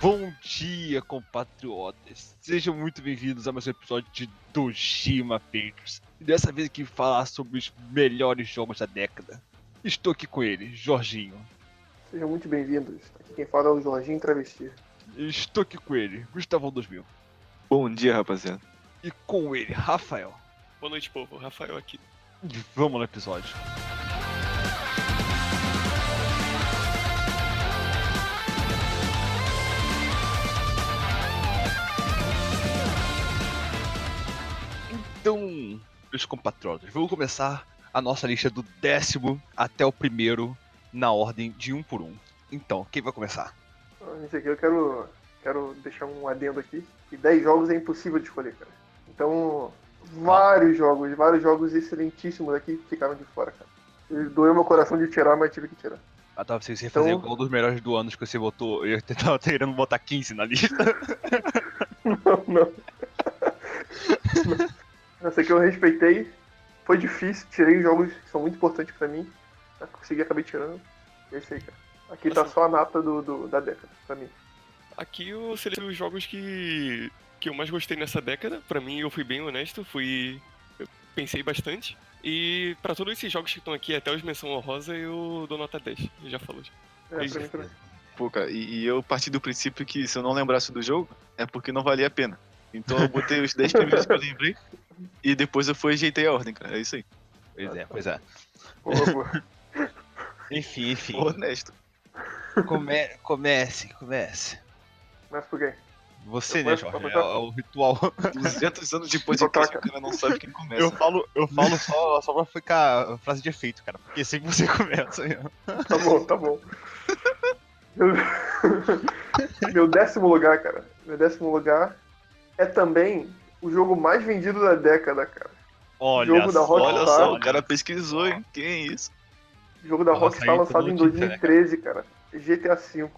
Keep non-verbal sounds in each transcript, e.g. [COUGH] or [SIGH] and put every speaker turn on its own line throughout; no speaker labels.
Bom dia, compatriotas! Sejam muito bem-vindos a mais um episódio de Dojima Papers. E dessa vez aqui falar sobre os melhores jogos da década. Estou aqui com ele, Jorginho.
Sejam muito bem-vindos. Aqui quem fala é o Jorginho Travesti.
Estou aqui com ele, Gustavão 2000.
Bom dia, rapaziada.
E com ele, Rafael.
Boa noite, povo. Rafael aqui.
E vamos no episódio. Então, meus compatriotas, vamos começar a nossa lista do décimo até o primeiro na ordem de um por um. Então, quem vai começar?
Então, Gente, aqui eu quero, quero deixar um adendo aqui. Que 10 jogos é impossível de escolher, cara. Então, vários jogos, vários jogos excelentíssimos aqui ficaram de fora, cara. E Doeu meu coração de tirar, mas tive que tirar.
Ah, tá, você ia fazer
Então-
igual dos melhores do ano que você botou. [LAUGHS] Eu tava querendo botar 15 na lista.
Não, não. Essa aqui eu respeitei. Foi difícil, tirei os jogos que são muito importantes pra mim. mas Consegui, acabei tirando. É isso aí, cara. Aqui tá
Nossa.
só a nata do, do- da década, pra mim.
Aqui eu selecionei os jogos que, que eu mais gostei nessa década. Pra mim, eu fui bem honesto, fui. Eu pensei bastante. E pra todos esses jogos que estão aqui, até os menção honrosa, eu dou nota 10. Eu já falo. já.
É, pra
Isso.
mim, pra mim.
Pô, cara, e, e eu parti do princípio que se eu não lembrasse do jogo, é porque não valia a pena. Então eu botei os 10 primeiros que eu lembrei e depois eu fui e ajeitei a ordem, cara. É isso aí.
Pois é, pois é.
Por favor.
Enfim, enfim.
Honesto.
Come- comece, comece.
Mas por quê?
Você,
Eu
né,
começo
Jorge?
pra
É,
botar-
é o ritual.
200 anos depois de podcast, o
Toca.
cara não sabe quem começa.
Eu falo, eu falo só, só pra ficar frase de efeito, cara. Porque é sempre você [LAUGHS] começa. né?
Tá bom, tá bom. [LAUGHS] Meu... Meu décimo lugar, cara. Meu décimo lugar é também o jogo mais vendido da década, cara.
Olha
Jogo da
só, é
Rockstar.
Olha só, o cara pesquisou, hein? Que isso?
O jogo da
Tava
Rockstar
saindo
lançado
todo
em
dia, né,
2013, cara. GTA V.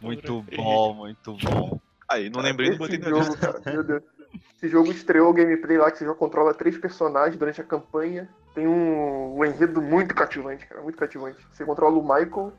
Muito bom, muito bom.
Aí, não lembrei, não botei
Esse
na lista.
jogo, cara, meu Deus. Esse jogo estreou o gameplay lá que você já controla três personagens durante a campanha. Tem um, um enredo muito cativante, cara, muito cativante. Você controla o Michael,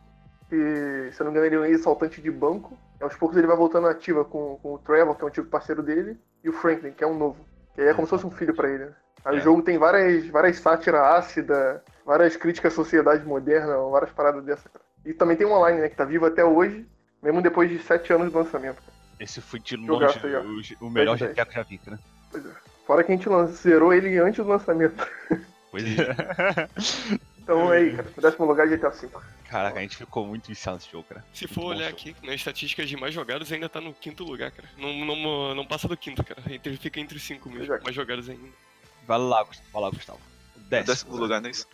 que, se eu não me engano, ele é um ex-saltante de banco. E aos poucos ele vai voltando à ativa com, com o Trevor, que é um antigo parceiro dele, e o Franklin, que é um novo. Que aí é como se fosse um filho pra ele. né? Aí
É.
o jogo tem várias, várias sátiras ácidas, várias críticas à sociedade moderna, várias paradas dessa, cara. E também tem um online, né, que tá vivo até hoje, mesmo depois de sete anos do lançamento.
Esse foi de longe
Jogaço aí, ó.
o, o melhor
Perfeito.
GTA que eu já vi, né?
Pois é. Fora que a gente lan- zerou ele antes do lançamento. [LAUGHS]
Pois é. [LAUGHS] Uhum.
Então é aí, cara. O décimo lugar é GTA V.
Caraca, a gente ficou muito viciado nesse jogo, cara.
Se
Muito
for
bom
olhar
jogo.
aqui nas estatísticas de mais jogados, ainda tá no quinto lugar, cara. Não, não, não passa do quinto, cara. Entre, fica entre os cinco mesmo,
Exato.
mais jogados ainda.
Vai lá, Gustavo. Vai lá, Gustavo. Décimo,
Décimo lugar, não é isso?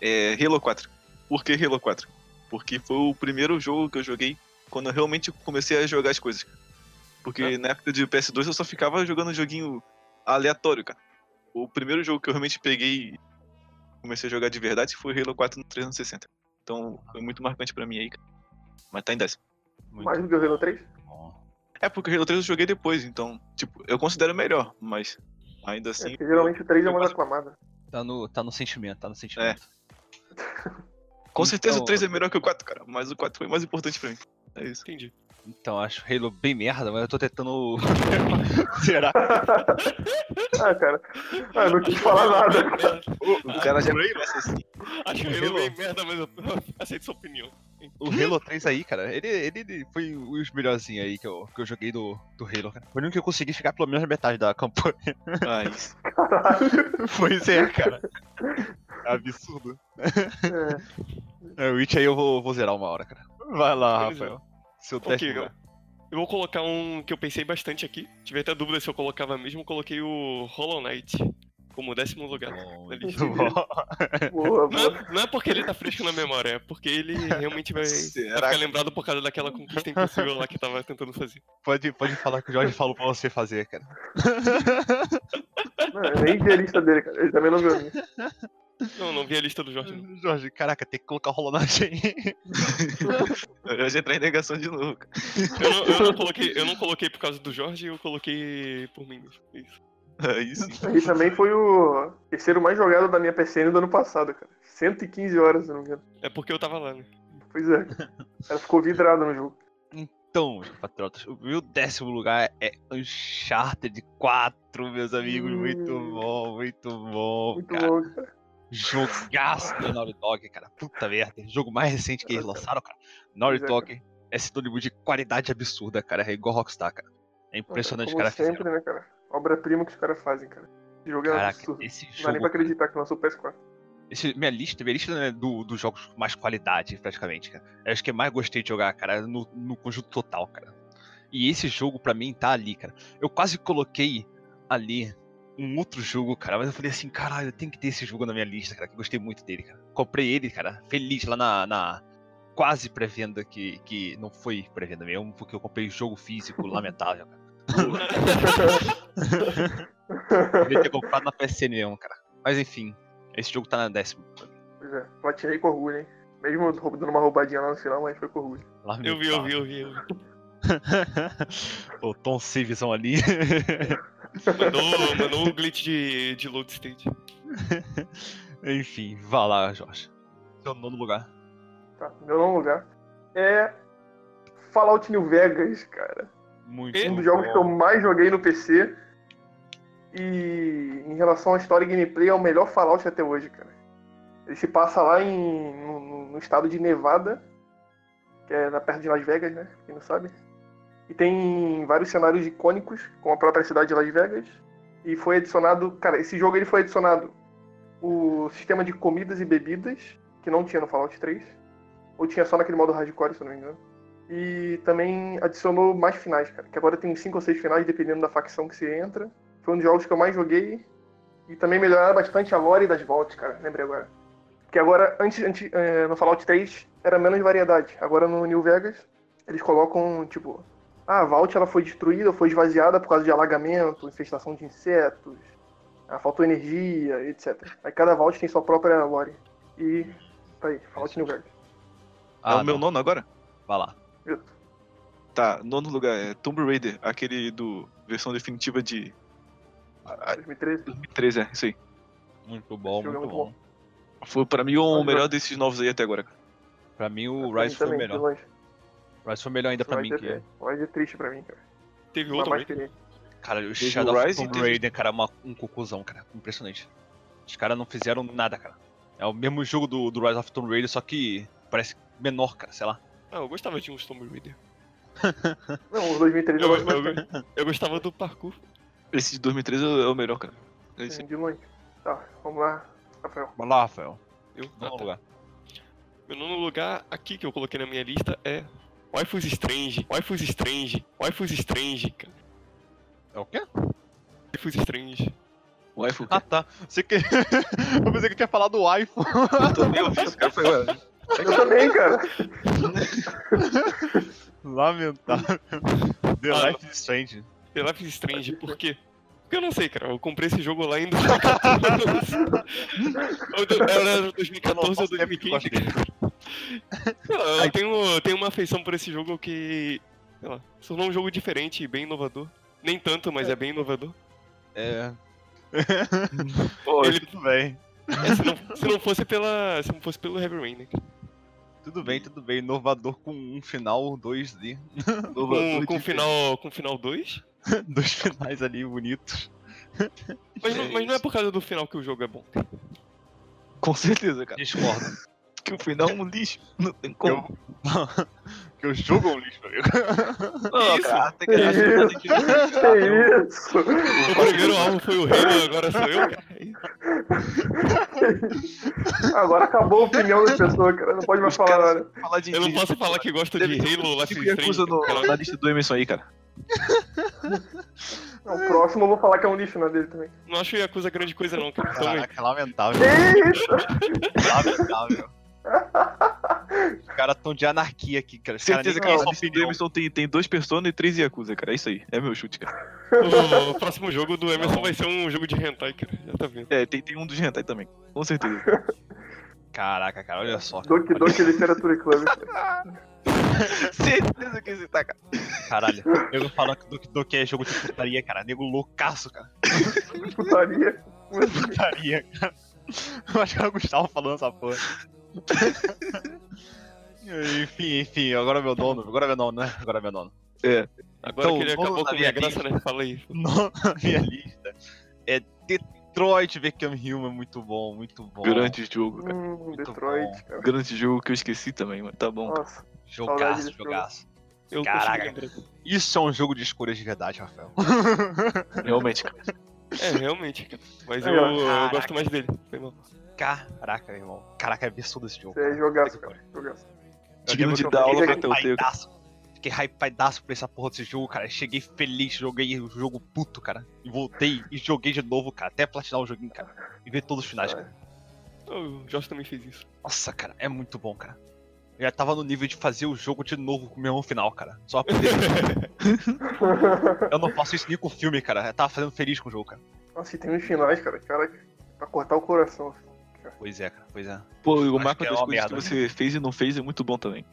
É Halo 4. Por que Halo 4? Porque foi o primeiro jogo que eu joguei quando eu realmente comecei a jogar as coisas. cara. Porque na época de PS2 eu só ficava jogando um joguinho aleatório, cara. O primeiro jogo que eu realmente peguei e comecei a jogar de verdade foi Halo 4 no 360. Então foi muito marcante pra mim aí, cara. Mas tá em décimo.
Muito
Mais do que o Halo 3?
bom.
É porque Halo 3 eu joguei depois, então, tipo, eu considero melhor, mas ainda
É,
assim.
porque geralmente o 3 é
eu
mais
gosto-
aclamado.
Tá no, tá no sentimento, tá no sentimento.
Com certeza
Então-
o 3 é melhor que o 4, cara. Mas o 4 foi mais importante pra mim. É isso.
Entendi.
Então, acho Halo bem merda, mas eu tô tentando. [LAUGHS] Será?
Ah, cara. Ah, não quis falar nada.
O cara já começa assim.
[LAUGHS] Acho que eu
Hello.
bem merda, mas eu aceito sua opinião.
O Halo 3 aí, cara, ele, ele, ele foi um dos melhorzinhos aí que eu, que eu joguei do, do Halo, cara. Foi o único que eu consegui chegar pelo menos na metade da campanha.
[LAUGHS]
[LAUGHS]
Ah, [LAUGHS] isso.
pois é, cara. Absurdo.
É.
É, o Witch aí eu vou, vou zerar uma hora, cara. Vai lá,
Pois é.
Rafael. Seu
Ok,
teste.
[LAUGHS] eu- Eu vou colocar um que eu pensei bastante aqui. Tive até dúvida se eu colocava mesmo. eu Coloquei o Hollow Knight como décimo lugar. na lista.
Boa, boa.
Não é, não é porque ele tá fresco na memória, é porque ele
[LAUGHS]
realmente vai, vai
Será
ficar
que-
lembrado por causa daquela conquista impossível lá que tava tentando fazer.
Pode, pode falar que o Jorge falou pra você fazer, cara.
Não, eu nem vi a lista dele, cara. Ele também não viu a minha.
Não, não vi a lista do Jorge, não.
Jorge, caraca, tem que colocar o [LAUGHS] Hollow Knight aí.
Eu já entrei em negação de novo, cara.
Eu não, eu não coloquei, eu não coloquei por causa do Jorge, eu coloquei por mim mesmo. Isso.
[LAUGHS] Aí sim.
Ele também foi o terceiro mais jogado da minha PCN do ano passado, cara. 115 horas, se não me engano.
É porque eu tava lá, né?
Pois é. Ela ficou vidrada no jogo.
Então, meus patriotas, o meu décimo lugar é Uncharted 4, meus amigos.
Hum.
Muito bom, muito bom,
Muito
cara.
bom, cara.
Jogaço da Naughty Dog, cara. Puta merda. Jogo mais recente que eles lançaram, cara. Naughty
Pois é,
Dog é sinônimo de qualidade absurda, cara. É igual Rockstar, cara. É impressionante,
Como
cara.
sempre, né, cara? Obra-prima que os caras fazem, cara. Esse jogo é um
Caraca,
absurdo.
esse
Não dá nem pra
jogo.
acreditar que lançou o PS4.
Esse, minha lista, minha lista né, do- dos jogos com mais qualidade, praticamente, cara. Eu acho que eu mais gostei de jogar, cara, no, no conjunto total, cara. E esse jogo, pra mim, tá ali, cara. Eu quase coloquei ali um outro jogo, cara, mas eu falei assim, caralho, eu tenho que ter esse jogo na minha lista, cara, que eu gostei muito dele, cara. Comprei ele, cara, feliz lá na, na quase pré-venda, que, que não foi pré-venda mesmo, porque eu comprei jogo
[LAUGHS]
físico, lamentável, cara. Devia ter comprado na PSN mesmo, cara. Mas enfim, esse jogo tá na décima. pra mim.
Pois é, platinei com orgulho, hein? Mesmo eu dando uma roubadinha lá no final, mas foi com orgulho.
Eu vi, eu vi, eu vi. eu vi.
[LAUGHS] o Tom Civisão ali. [LAUGHS]
Mandou, mandou um glitch de, de load state.
Enfim, vá lá, Jorge. Seu nono lugar.
Tá, meu nono lugar é Fallout New Vegas, cara.
Muito
Um
Um dos jogos que eu mais joguei no PC. E em relação à história e gameplay, é o melhor Fallout até hoje, cara. Ele se passa lá em, no, no- no estado de Nevada, que é na perto de Las Vegas, né? Quem não sabe. E tem vários cenários icônicos, com a própria cidade de Las Vegas. E foi adicionado. Cara, esse jogo ele foi adicionado o sistema de comidas e bebidas, que não tinha no Fallout 3. Ou tinha só naquele modo hardcore, se eu não me engano. E também adicionou mais finais, cara. Que agora tem cinco ou seis finais, dependendo da facção que você entra. Foi um dos jogos que eu mais joguei. E também melhoraram bastante a lore das vaults, cara. Lembrei agora. Porque agora, antes, antes eh, no Fallout 3, era menos variedade. Agora no New Vegas, eles colocam, tipo... Ah, a vault ela foi destruída, foi esvaziada por causa de alagamento, infestação de insetos, ah, faltou energia, etc. Aí cada vault tem sua própria lore. E... Tá aí, Fallout New Vegas.
Ah,
é o meu
nome.
nono agora?
Vá lá.
Viu?
Tá, nono lugar é Tomb Raider, aquele do versão definitiva de
Ah,
a- a-
2013.
2013, é, isso aí.
Muito bom,
Esse jogo é
muito
muito
bom.
Foi pra mim o melhor desses novos aí até agora. cara.
Pra mim, o Rise foi
Também, de
melhor.
longe.
Rise foi melhor ainda pra mim.
Rise
Que...
é, Rise é triste pra mim, cara.
Teve
Uma
outro
mais
também.
experiência.
Cara, o
Teve o
Shadow of
Rise e
Tomb
teve-
Raider, cara, é uma- um cocôzão, cara. Impressionante. Os caras não fizeram nada, cara. É o mesmo jogo do, do Rise of Tomb Raider, só que parece menor, cara, sei lá.
Ah, eu gostava de uns Tomb Raider.
Não, o 2013 eu
Eu,
gosto
eu,
bastante,
eu gostava do parkour.
Esse de 2013 é o melhor, cara. É isso
assim,
aí.
de longe. Tá, vamos lá, Rafael.
Vai lá, Rafael.
Eu,
Nono
ah, tá.
lugar.
Meu nono lugar aqui que eu coloquei na minha lista é Waifus Strange, Waifus Strange, Waifus Strange, cara.
É o quê?
Waifus Strange.
O iPhone.
Ah, tá. Você que... [LAUGHS] eu pensei que tinha falado do iPhone.
[LAUGHS] Eu também ouvi isso, cara. Foi, ué,
É
Eu também,
[LAUGHS]
cara.
Lamentável. The
Ah,
Life is Strange.
The Life is Strange, por quê? Porque eu não sei, cara. Eu comprei esse jogo lá em 2014. Ou do- Era
Eu
2014
não
ou
faço
é
tempo que
2015. Sei lá, Eu tenho, eu tenho um, uma afeição por esse jogo que. Sei lá, se tornou um jogo diferente e bem inovador. Nem tanto, mas é bem inovador.
[LAUGHS] É.
pô,
Ele... Tudo bem.
É, se, não, se não fosse pela. Se não fosse pelo Heavy Rain, né?
Tudo bem, tudo bem. Inovador com um final, dois [LAUGHS] ali.
novo,
Com,
novo
um
com o
de-
final. Com o final 2.
[LAUGHS] Dois finais ali bonitos.
Mas, não- mas não é por causa do final que o jogo é bom.
Com certeza, cara.
Discordo.
Que o final é um lixo. Não tem como.
que o jogo é um lixo, meu amigo.
Não,
isso?
cara, tem que-
Que isso?
tem que-
Que isso?
O primeiro alvo foi o Halo, agora sou eu, cara.
Agora acabou a opinião da pessoa, cara. Não pode mais
Os
falar
caras-
nada.
falar de
Eu não posso falar que gosto de
Deve ter
Halo, Life
tipo
is Strange.
Yakuza no-
cara.
na lista do Emerson aí, cara.
Não, o próximo eu vou falar que é um lixo na dele também.
Não acho Yakuza grande coisa, não, cara. Então,
Caraca, é lamentável.
Que isso?
lamentável. Os caras tão de anarquia aqui, cara. Os caras
Certeza
nem
nem
que na
querem
fala
lista do
opinião.
Emerson tem, tem dois Persona e três Yakuza, cara. É isso aí. É meu chute, cara.
O, o próximo jogo do Emerson vai ser um jogo de hentai, cara. Já tá vendo.
É, tem, tem um dos Hentai também. Com certeza.
Caraca, cara, olha só.
Doki Doki Literatura Club. cara.
[LAUGHS] certeza que esse tá, cara. [LAUGHS]
Caralho. Eu falo que Doki Doki é jogo de putaria, cara. Nego loucaço, cara.
Putaria.
[LAUGHS] putaria, cara. Eu acho que era o Gustavo falando essa porra. Enfim, enfim, agora é meu nono, agora é meu nono, né? Agora é meu [LAUGHS] nono.
Agora
Então,
que ele
vamos
acabou
na
com a
minha
minha graça, né? Fala aí.
Nono na minha lista é Detroit Beckham Human, muito bom, muito bom.
Grande jogo, cara.
Hum,
Muito
Detroit, cara.
Grande jogo que eu esqueci também, mas tá bom.
Nossa. Saudade
Jogaço,
desse jogo.
jogaço.
Eu
Caraca.
consigo lembrar.
Isso é um jogo de escolhas de verdade, Rafael.
Realmente, cara.
É, realmente, cara. Mas eu,
Aí, ó.
eu
Caraca.
gosto mais dele. Foi mal.
Caraca, irmão. Caraca, é absurdo esse jogo.
Você é jogaço, cara. Jogaço. [LAUGHS]
Eu
Digno
lembro
de
que eu
dar aula
fiquei
pra um Telltale. cara.
hypadaço. Fiquei hypadaço por essa porra desse jogo, cara. Cheguei feliz, joguei o jogo puto, cara. E voltei e joguei de novo, cara. Até platinar o joguinho, cara. E ver todos os finais, cara.
O Jorge também fez isso.
Nossa, cara, é muito bom, cara. Eu já tava no nível de fazer o jogo de novo com o mesmo final, cara. Só pra
[LAUGHS]
poder. Eu não faço isso nem com filme, cara. Eu tava fazendo feliz com o jogo, cara.
Nossa, e tem uns finais, cara. Cara, pra cortar o coração.
Pois é, cara. Pois é.
Pô,
Acho
o
que
mapa
é
das
uma
coisas que
merda,
você fez e não fez é muito bom também.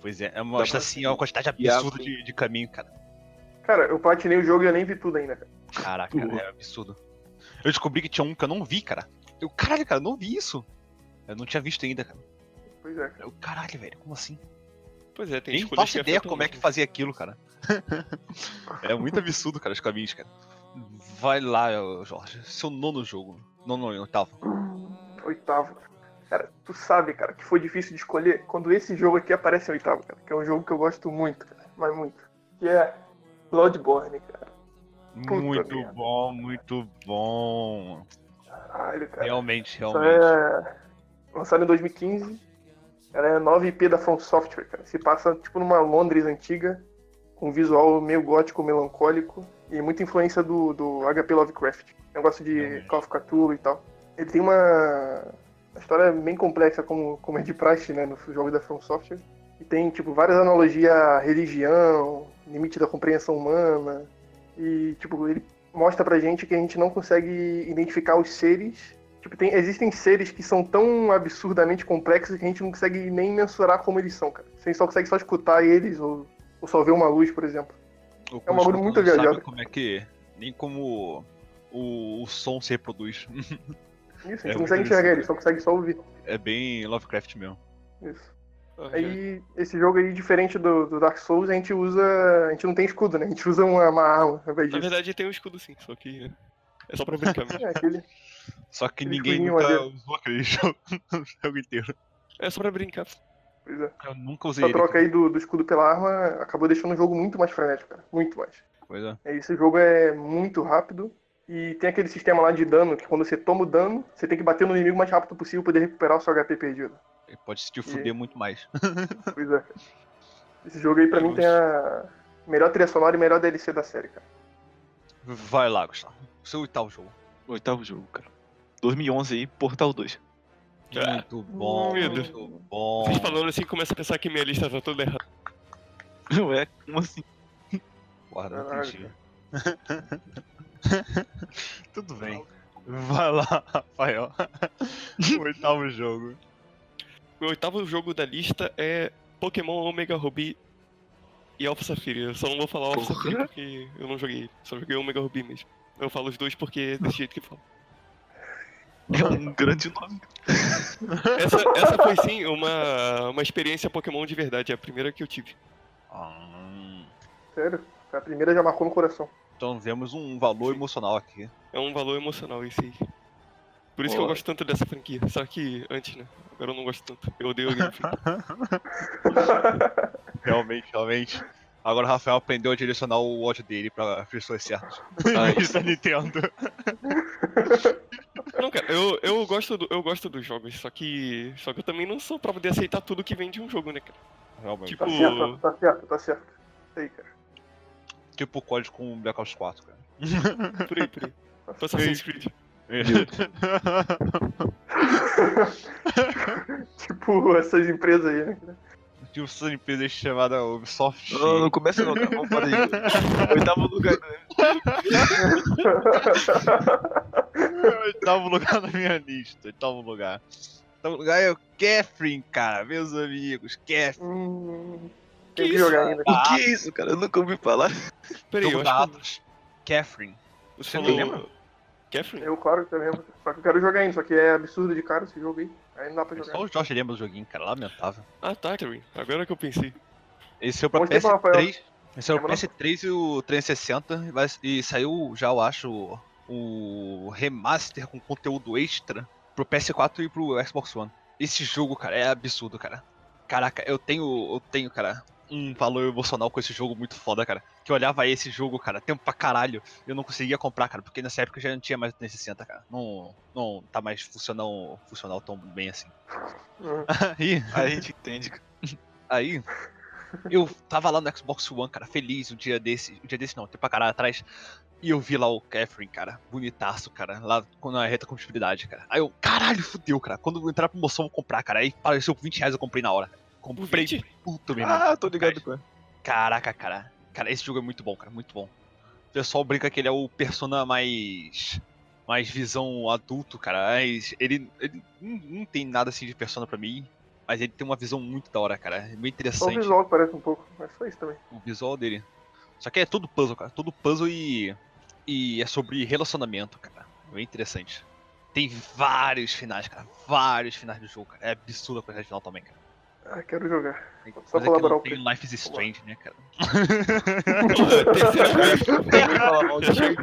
Pois é. É uma,
Dá
acho
pra-
assim, é uma quantidade
E a-
absurda de, de caminho, cara.
Cara, eu platinei o jogo e eu nem vi tudo ainda, cara.
Caraca,
[LAUGHS]
cara,
Porra.
é absurdo. Eu descobri que tinha um que eu não vi, cara. Eu, caralho, cara, eu não vi isso. Eu não tinha visto ainda, cara.
Pois é, cara.
Eu, caralho, velho, como assim?
Pois é, tem
Nem
escolhas
faço ideia
afetam
como é que
muito.
fazia aquilo, cara. [LAUGHS] é muito absurdo, cara, os caminhos, cara. Vai lá, ô, Jorge. Seu nono jogo. Nono, não, oitavo.
Oitavo. Cara, tu sabe, cara, que foi difícil de escolher quando esse jogo aqui aparece em oitavo, cara. Que é um jogo que eu gosto muito, cara. Mas muito. Que é Bloodborne, cara. Puta
muito
merda.
bom, muito bom.
Caralho, cara.
Realmente,
É, Isso
realmente.
é lançado em 2015. Ela é 9IP da From Software, cara. Se passa tipo numa Londres antiga, com um visual meio gótico, melancólico e muita influência do, do HP Lovecraft. É um Negócio de
Realmente.
Call of Cthulhu e tal. Ele tem uma uma história bem complexa, como, como é de praxe, né, no jogo da From Software. E tem, tipo, várias analogias à religião, limite da compreensão humana. E, tipo, ele mostra pra gente que a gente não consegue identificar os seres. Tipo, tem, existem seres que são tão absurdamente complexos que a gente não consegue nem mensurar como eles são, cara. Você só consegue só escutar eles ou, ou só ver uma luz, por exemplo.
O
é um bagulho
construtor
muito
não sabe
viajado.
como é que. Nem como o, o som se reproduz. [LAUGHS] É muito
Isso, a gente não consegue
interessante.
enxergar eles, só consegue só ouvir.
é bem Lovecraft mesmo.
Isso.
Ah, já.
Aí, esse jogo aí, diferente do, do Dark Souls, a gente usa. A gente não tem escudo, né? A gente usa uma, uma arma ao invés
Na
disso.
verdade, tem um escudo sim, só que né, é só pra brincar mesmo.
É, aquele-
Só que
Aquele
ninguém
escurinho
nunca
maneiro.
usou aquele [LAUGHS] jogo o jogo inteiro.
É só pra brincar.
pois é.
Eu nunca usei
Essa
ele.
troca aí do, do escudo pela arma acabou deixando o jogo muito mais frenético, cara. Muito mais.
Pois é.
Esse jogo é muito rápido. E tem aquele sistema lá de dano que quando você toma o dano, você tem que bater no inimigo o mais rápido possível pra poder recuperar o seu HP perdido.
Ele pode se te fuder muito mais.
Pois é. cara. Esse jogo aí pra mim tem a melhor trilha sonora e melhor DLC da série, cara.
Vai lá, Gustavo. Seu oitavo jogo.
Oitavo jogo, cara. 2011 aí, Portal 2.
Ah,
Muito bom,
meu Deus.
muito bom.
Vocês falando assim, começa a pensar que minha lista tá toda errada.
[LAUGHS] Não é como assim?
Porra, não
Caraca.
entendi. [LAUGHS] Tudo bem. Vai lá, Rafael. [LAUGHS] o oitavo jogo.
O oitavo jogo da lista é Pokémon Omega Ruby e Alpha Safira. Eu só não vou falar Alpha
Porra.
Safira porque eu não joguei. Só joguei Omega Ruby mesmo. Eu falo os dois porque é desse jeito que eu falo.
É [LAUGHS] um grande nome.
Essa, essa foi sim uma, uma experiência Pokémon de verdade, é a primeira que eu tive.
Ah,
Sério. A primeira já marcou no coração.
então vemos um valor emocional aqui.
É um valor emocional esse aí. Por isso que eu
Ó.
gosto tanto dessa franquia. Só que antes, né? Agora eu não gosto tanto. Eu odeio o Game Freak.
Realmente, realmente. Agora o Rafael aprendeu a direcionar o ódio dele pra pessoas certas.
Ah,
[LAUGHS] Isso da Nintendo.
Não, cara, eu, eu, gosto do, eu gosto dos jogos, só que. Só que eu também não sou pra poder aceitar tudo que vem de um jogo, né, cara?
Realmente.
Tipo-
Tá certo, tá certo, tá certo. Isso aí, cara.
Tipo o código com o Black Ops 4, cara.
Por aí, por aí. Foi Assassin's Creed.
Tipo, essas empresas aí, né? cara?
[LAUGHS] tipo essa empresa chamada Ubisoft.
Não, não começa não, cara. Vamos parar aí. cara. [LAUGHS] Oitavo lugar. né?
oitavo tá um lugar na minha lista. Oitavo lugar. Oitavo lugar é o Catherine, cara. Meus amigos, Catherine.
Hum,
Que
tem que
isso,
jogar ainda.
O que é isso, cara? Eu nunca ouvi falar.
Peraí, eu
jogo
acho
da
que
Atlas. Catherine.
você
Você não
falou.
lembra?
é Catherine?
Eu, claro, que eu lembro. Só que eu quero jogar ainda, só que é absurdo de caro esse jogo aí. Aí não dá pra jogar.
É Só o Josh lembra do joguinho, cara, lamentável.
Ah, tá, Catherine. Agora que eu pensei.
Esse é pra
Mostrei pra
PS3. Esse é o
Lembra?
PS3 e o 360. e vai- E saiu já, eu acho, o remaster com conteúdo extra pro PS4 e pro Xbox One. Esse jogo, cara, é absurdo, cara. Caraca, eu tenho, eu tenho, cara, um valor emocional com esse jogo muito foda, cara. Que eu olhava esse jogo, cara, tempo pra caralho. Eu não conseguia comprar, cara, porque nessa época eu já não tinha mais o 360, cara. Não, não tá mais funcional, funcional tão bem assim. [LAUGHS]
Uhum.
Aí,
A gente entende. cara.
Aí, eu tava lá no Xbox One, cara, feliz um dia desse. Um dia desse não, tempo pra caralho atrás. E eu vi lá o Catherine, cara, bonitaço, cara, lá com- na reta compatibilidade, cara. Aí eu, caralho, fudeu, cara. Quando entrar a promoção, eu vou comprar, cara. Aí apareceu por 20 reais, eu comprei na hora. Comprei
20?
puto mesmo.
Ah, tô ligado com ela.
Caraca, cara. Cara, esse jogo é muito bom, cara, muito bom. O pessoal brinca que ele é o persona mais. mais visão adulto, cara. Mas ele, ele não, não tem nada assim de persona pra mim. Mas ele tem uma visão muito da hora, cara. É bem
Só o
interessante
visual que parece um pouco, mas só isso também.
o visual dele. Só que é todo puzzle, cara. Todo puzzle e. E é sobre relacionamento, cara. É Bem interessante. Tem vários finais, cara. Vários finais do jogo, cara. É absurda a quantidade de final também, cara.
Ah, quero jogar.
Tem
Só
coisa que
colaborar
não
o
tem
preço.
Life is Strange, né, cara?
É Terceira vez.
Eu vou falar mal de jogo.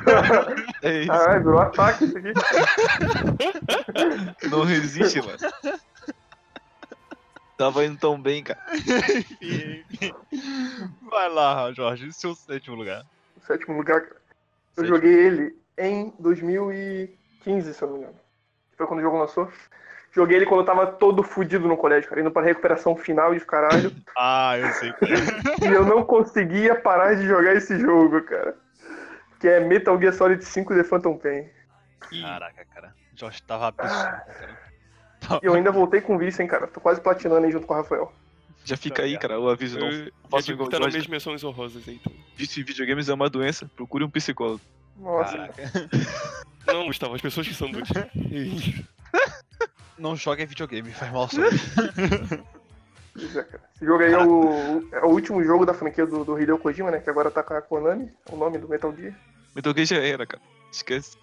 É isso.
Caralho, Ah, virou ataque isso aqui.
Não resiste, mano. [LAUGHS] Tava indo tão bem, cara.
Vai lá, Jorge. Seu sétimo lugar.
O sétimo lugar, cara. Eu
Sétimo.
joguei ele em 2015, se eu não me engano. Foi quando o jogo lançou. Joguei ele quando eu tava todo fudido no colégio, cara. Indo pra recuperação final e os caralho.
Ah, eu sei. cara.
e eu não conseguia parar de jogar esse jogo, cara. Que é Metal Gear Solid 5 The Phantom Pain.
[LAUGHS]
Ih,
Caraca, cara. Jorge tava absurdo, cara.
E [LAUGHS] eu ainda voltei com o vício, hein, cara. Tô quase platinando aí junto com o Rafael.
Já fica aí, cara, o aviso. Não
eu-
faço
eu digo
igual
que tá nas
Jorge.
minhas menções honrosas aí. Então.
Vício em videogames é uma doença, procure um psicólogo.
Nossa.
Caraca.
Não, Gustavo, as pessoas que são do Ih,
Não joga videogame, faz mal ao
[LAUGHS]
seu.
Pois é, cara. Esse jogo aí é o, é o último jogo da franquia do, do Hideo Kojima, né? Que agora tá com a Konami, o nome do Metal Gear.
Metal Gear já era, cara. Esquece.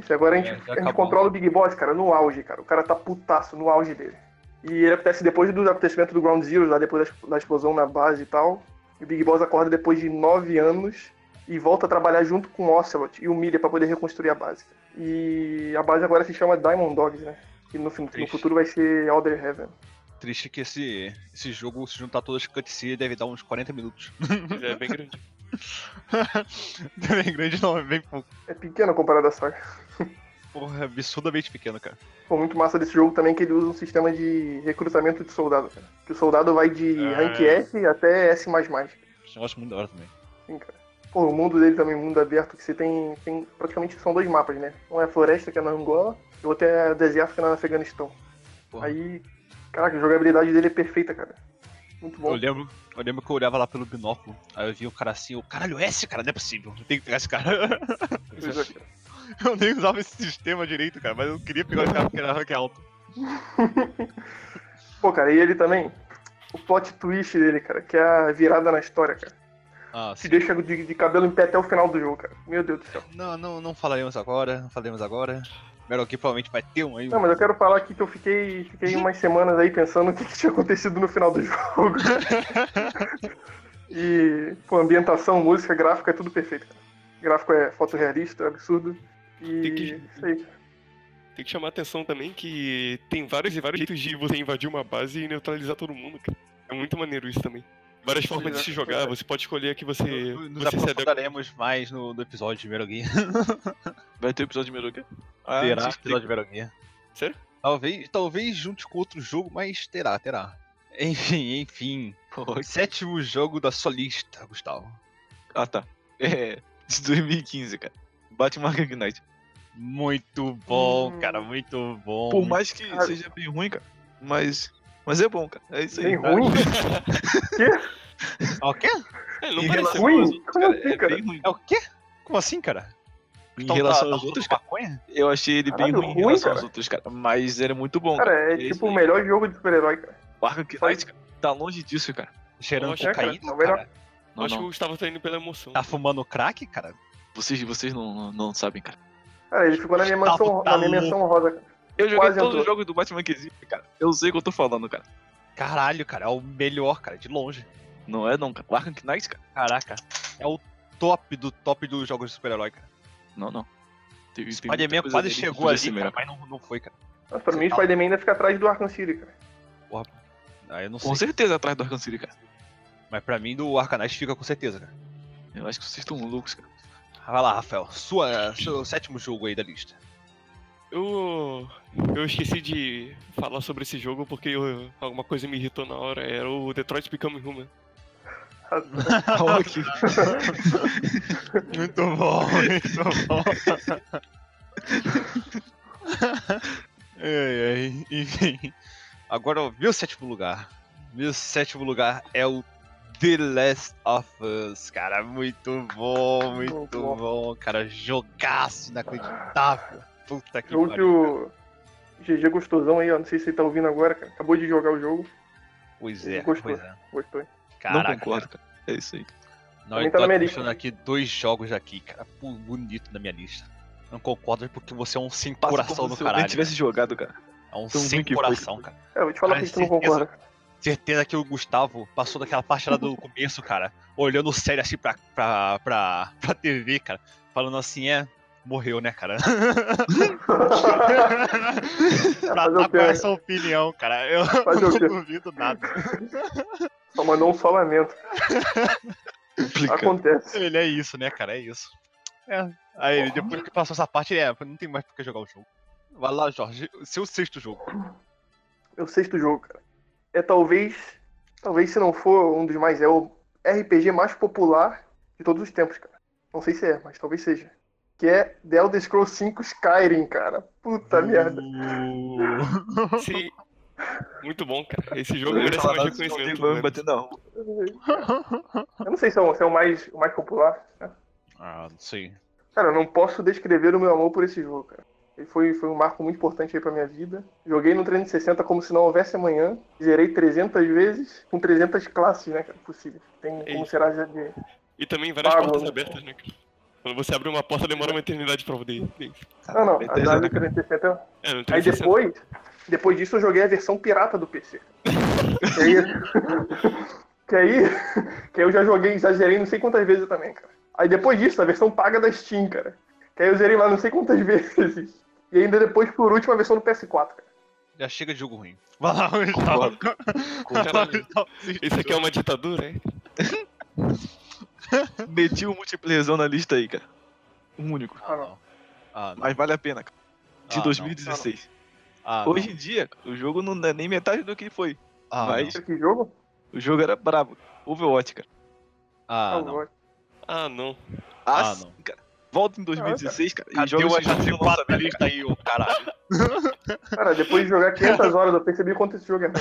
Isso, agora a
É,
gente,
já
a gente
acabou.
controla o Big Boss, cara, no auge, cara. O cara tá putaço no auge dele. E ele acontece depois do acontecimento do Ground Zero, lá depois da, es- da explosão na base e tal. E o Big Boss acorda depois de nove anos e volta a trabalhar junto com o Ocelot e o Milha pra poder reconstruir a base. E a base agora se chama Diamond Dogs, né? Que no, fim- no
Triste.
futuro vai ser Elder Heaven.
Triste que esse, esse jogo, se juntar todas as cutscenes, deve dar uns 40 minutos. [LAUGHS]
mas é bem grande.
bem grande não, é bem pouco.
É pequena comparada à saga.
Porra, é absurdamente pequeno, cara.
Pô, muito massa desse jogo também que ele usa um sistema de recrutamento de soldado, cara. Que o soldado vai de
Ah,
rank
é.
S até S.
Esse negócio é muito da hora também.
Sim, cara. Pô, o mundo dele também, mundo aberto, que você tem, tem. Praticamente são dois mapas, né? Um é a floresta, que é na Angola, e o outro é deserto, que é no Afeganistão.
Porra.
Aí. Caraca, a jogabilidade dele é perfeita, cara. Muito
Eu
bom.
lembro, eu lembro que eu olhava lá pelo binóculo, aí eu vi um cara assim, eu, caralho, esse cara, não é possível, eu tenho que pegar esse cara. [LAUGHS]
Pois é, cara.
Eu nem usava esse sistema direito, cara, mas eu queria pegar esse cara porque era rank alto.
Pô, cara, e ele também. O plot twist dele, cara, que é a virada na história, cara.
Ah,
Te
sim.
deixa de, de cabelo em pé até o final do jogo, cara. Meu Deus do céu.
Não, não, não falaremos agora, não falaremos agora. Meryl aqui provavelmente vai ter um aí.
Não, mas eu quero falar aqui que eu fiquei, fiquei umas semanas aí pensando o que, que tinha acontecido no final do jogo. [LAUGHS] e, pô, ambientação, música, gráfico é tudo perfeito, cara. Gráfico é fotorrealista, é absurdo.
Tem
E
que-
isso aí.
Tem que chamar a atenção também que tem vários e vários jeitos de você invadir uma base e neutralizar todo mundo, cara. É muito maneiro isso também. Várias formas de se jogar, você pode escolher a que você,
Nos
você se adapta.
aprofundaremos mais no, no episódio de Meryl Game.
Vai ter episódio de Meruga? Ah,
Terá
não sei
episódio de Metal Gear.
Sério?
Talvez, talvez junte com outro jogo, mas terá, terá. Enfim, enfim.
Pô,
Sétimo jogo da sua lista, Gustavo.
[LAUGHS] Ah, tá. É, de 2015, cara. Batman Arkham Knight.
Muito bom,
Hum.
cara, muito bom.
Por mais que
Cara.
seja bem ruim, cara, mas... Mas é bom, cara. É isso aí.
Bem ruim?
É o quê?
É, não
Em
parece
relação
ser
ruim?
aos outros,
Como
cara,
assim,
é
cara?
bem ruim.
É o quê? Como assim, cara?
Em
Então,
relação
tá-
aos
tá
outros,
fumando
cara,
maconha?
eu achei ele bem
Caralho,
ruim em
ruim,
relação aos
cara.
outros, cara. Mas ele é muito bom, cara.
Cara, é
isso
tipo o
aí.
melhor jogo de super-herói, cara.
O Arkham Knight, cara, tá longe disso, cara.
Cheirando
Poxa,
cara,
cocaína,
tá
cara,
melhor.
Não,
acho que
não.
o Gustavo tá indo pela emoção.
Tá fumando crack, cara?
Vocês, vocês não, não, não sabem, cara.
Cara, ele ficou na minha
Gustavo
menção,
tá
na minha
louco.
menção rosa. cara.
Eu joguei
Quase
todos
entrou.
os jogos do Batman que existe, cara. Eu sei o que eu tô falando, cara.
Caralho, cara, é o melhor, cara, de longe.
Não é não, cara. O Arkham Knight, cara.
Caraca, é o top do top dos jogos de super-herói, cara.
Não, não. Teve, tem muita
Spider-Man
coisa
quase
dele que
chegou
podia
ali,
ser
cara,
melhor.
mas não, não foi, cara.
Mas pra
Você
mim,
tá-
Spider-Man ainda fica atrás do Arkham City, cara.
Aí eu não sei,
Com certeza atrás do Arkham City, cara.
mas pra mim do Arcanite fica com certeza, cara.
Eu acho que vocês estão loucos, [LAUGHS] cara.
Vai lá, Rafael, sua, seu sétimo jogo aí da lista.
Eu. Eu esqueci de falar sobre esse jogo porque eu- alguma coisa me irritou na hora. Era o Detroit Become
[LAUGHS]
Human.
Ah,
ok.
Muito bom, muito
[LAUGHS]
bom. ai, ai, enfim. Agora o meu sétimo lugar. Meu sétimo lugar é o The Last of Us, cara. Muito bom, muito
Muito
bom,
bom.
cara. Jogaço inacreditável. Puta que
Jogo que
pariu.
o GG gostosão aí, ó. Não sei se você tá ouvindo agora, cara. Acabou de jogar o jogo.
Pois é,
Gostou.
pois é.
Gostou, hein?
Não
Caraca,
concordo, cara. É isso aí.
Não,
Também
eu
tá
tô
na
é
minha
deixando aqui dois jogos aqui, cara. Pô, Bonito na minha lista. Não concordo porque você é um sem
Passa
coração
como
do
se eu nem
caralho.
tivesse jogado, cara.
É um
tão ruim
sem
que foi.
coração, cara.
É, eu vou te falar
Cara,
porque tu não
certeza.
concorda. cara.
Certeza que o Gustavo passou daquela parte lá
[LAUGHS]
do começo, cara, olhando sério assim pra, pra, pra, pra TV, cara, falando assim, é, morreu, né,
[LAUGHS]
cara? [LAUGHS] pra
fazer o
dar
quê,
com
né?
essa opinião, cara, eu
[LAUGHS] Fazer é o
[LAUGHS] não
quê?
duvido nada.
Só mandou um só lamento.
Complicado.
Acontece.
Ele é isso, né, cara, é isso. É. Aí, depois que passou essa parte, é, não tem mais por que jogar o jogo. Vai lá, Jorge, seu sexto jogo.
Meu sexto jogo, cara. É talvez. Talvez se não for um dos mais. É o RPG mais popular de todos os tempos, cara. Não sei se é, mas talvez seja. Que é The Elder Scrolls 5 Skyrim, cara.
Hum.
Puta merda.
Uh.
Esse- Muito bom, cara. Esse jogo
Eu ia
merece
falar
mais
nada, senão alguém
reconhecimento.
vai me
né?
bater na rua.
Eu não sei se é o, se é o mais, o mais popular. né?
[LAUGHS] Ah, não sei.
Cara, eu não posso descrever o meu amor por esse jogo, cara. Ele foi, foi um marco muito importante aí pra minha vida. Joguei no 360 como se não houvesse amanhã. Zerei 300 vezes, com 300 classes, né, cara? Possível. Tem como
Eita.
será já de...
E também várias
Ah,
portas
mano.
abertas, né, cara? Quando você abre uma porta, demora uma eternidade pra poder.
Não, Ah, não.
Bethesda,
A da
né, cara?
360 é
É, não tem
Aí
60.
depois, depois disso eu joguei a versão pirata do PC. que, aí, que aí, [LAUGHS] que aí eu já joguei, já zerei não sei quantas vezes também, cara. Aí depois disso, a versão paga da Steam, cara. Que aí eu zerei lá não sei quantas [LAUGHS] vezes. E ainda depois, por último, a versão do PS4, cara.
Já chega de jogo ruim. Vai lá, então. Gustavo.
Concordo.
[LAUGHS]
Caralho,
Gustavo,
Isso aqui é uma ditadura, é?
[LAUGHS] Meti o multiplayerzão na lista aí, cara. Um único.
Ah, não.
Ah, não.
Mas vale a pena, cara. De
Ah,
2016.
Ah, não.
Hoje em dia, o jogo não é nem metade do que foi.
Ah,
mas-
não.
Que jogo?
O jogo era brabo. Overwatch, cara.
Ah, não.
Overwatch.
Ah, não.
Ah,
Assim,
não.
cara. Volta em 2016, cara, e
Cadê
joga
o
esse jogo
Assassin's
no
4 da
lançamento,
lista tá aí, ô
[LAUGHS]
caralho?
Cara, depois de jogar 500 horas, eu percebi o quanto esse jogo é ruim.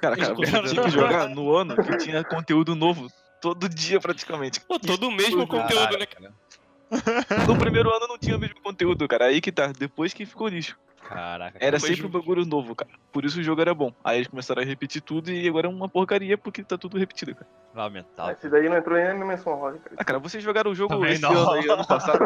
Cara, cara, você
Cara,
tinha que jogar no ano que tinha conteúdo novo todo dia praticamente.
Pô, todo o mesmo
Caralho.
conteúdo, né, cara?
No primeiro ano não tinha o mesmo conteúdo, cara. Aí que tá, depois que ficou lixo.
Caraca.
Era
Mas-
sempre um bagulho novo, cara. Por isso o jogo era bom. Aí eles começaram a repetir tudo e agora é uma porcaria porque tá tudo repetido, cara.
Lamentável.
Esse daí não entrou nem na minha menção rosa, cara.
Ah, cara, vocês jogaram o jogo
Também
esse
não.
ano aí,
[LAUGHS]
ano passado.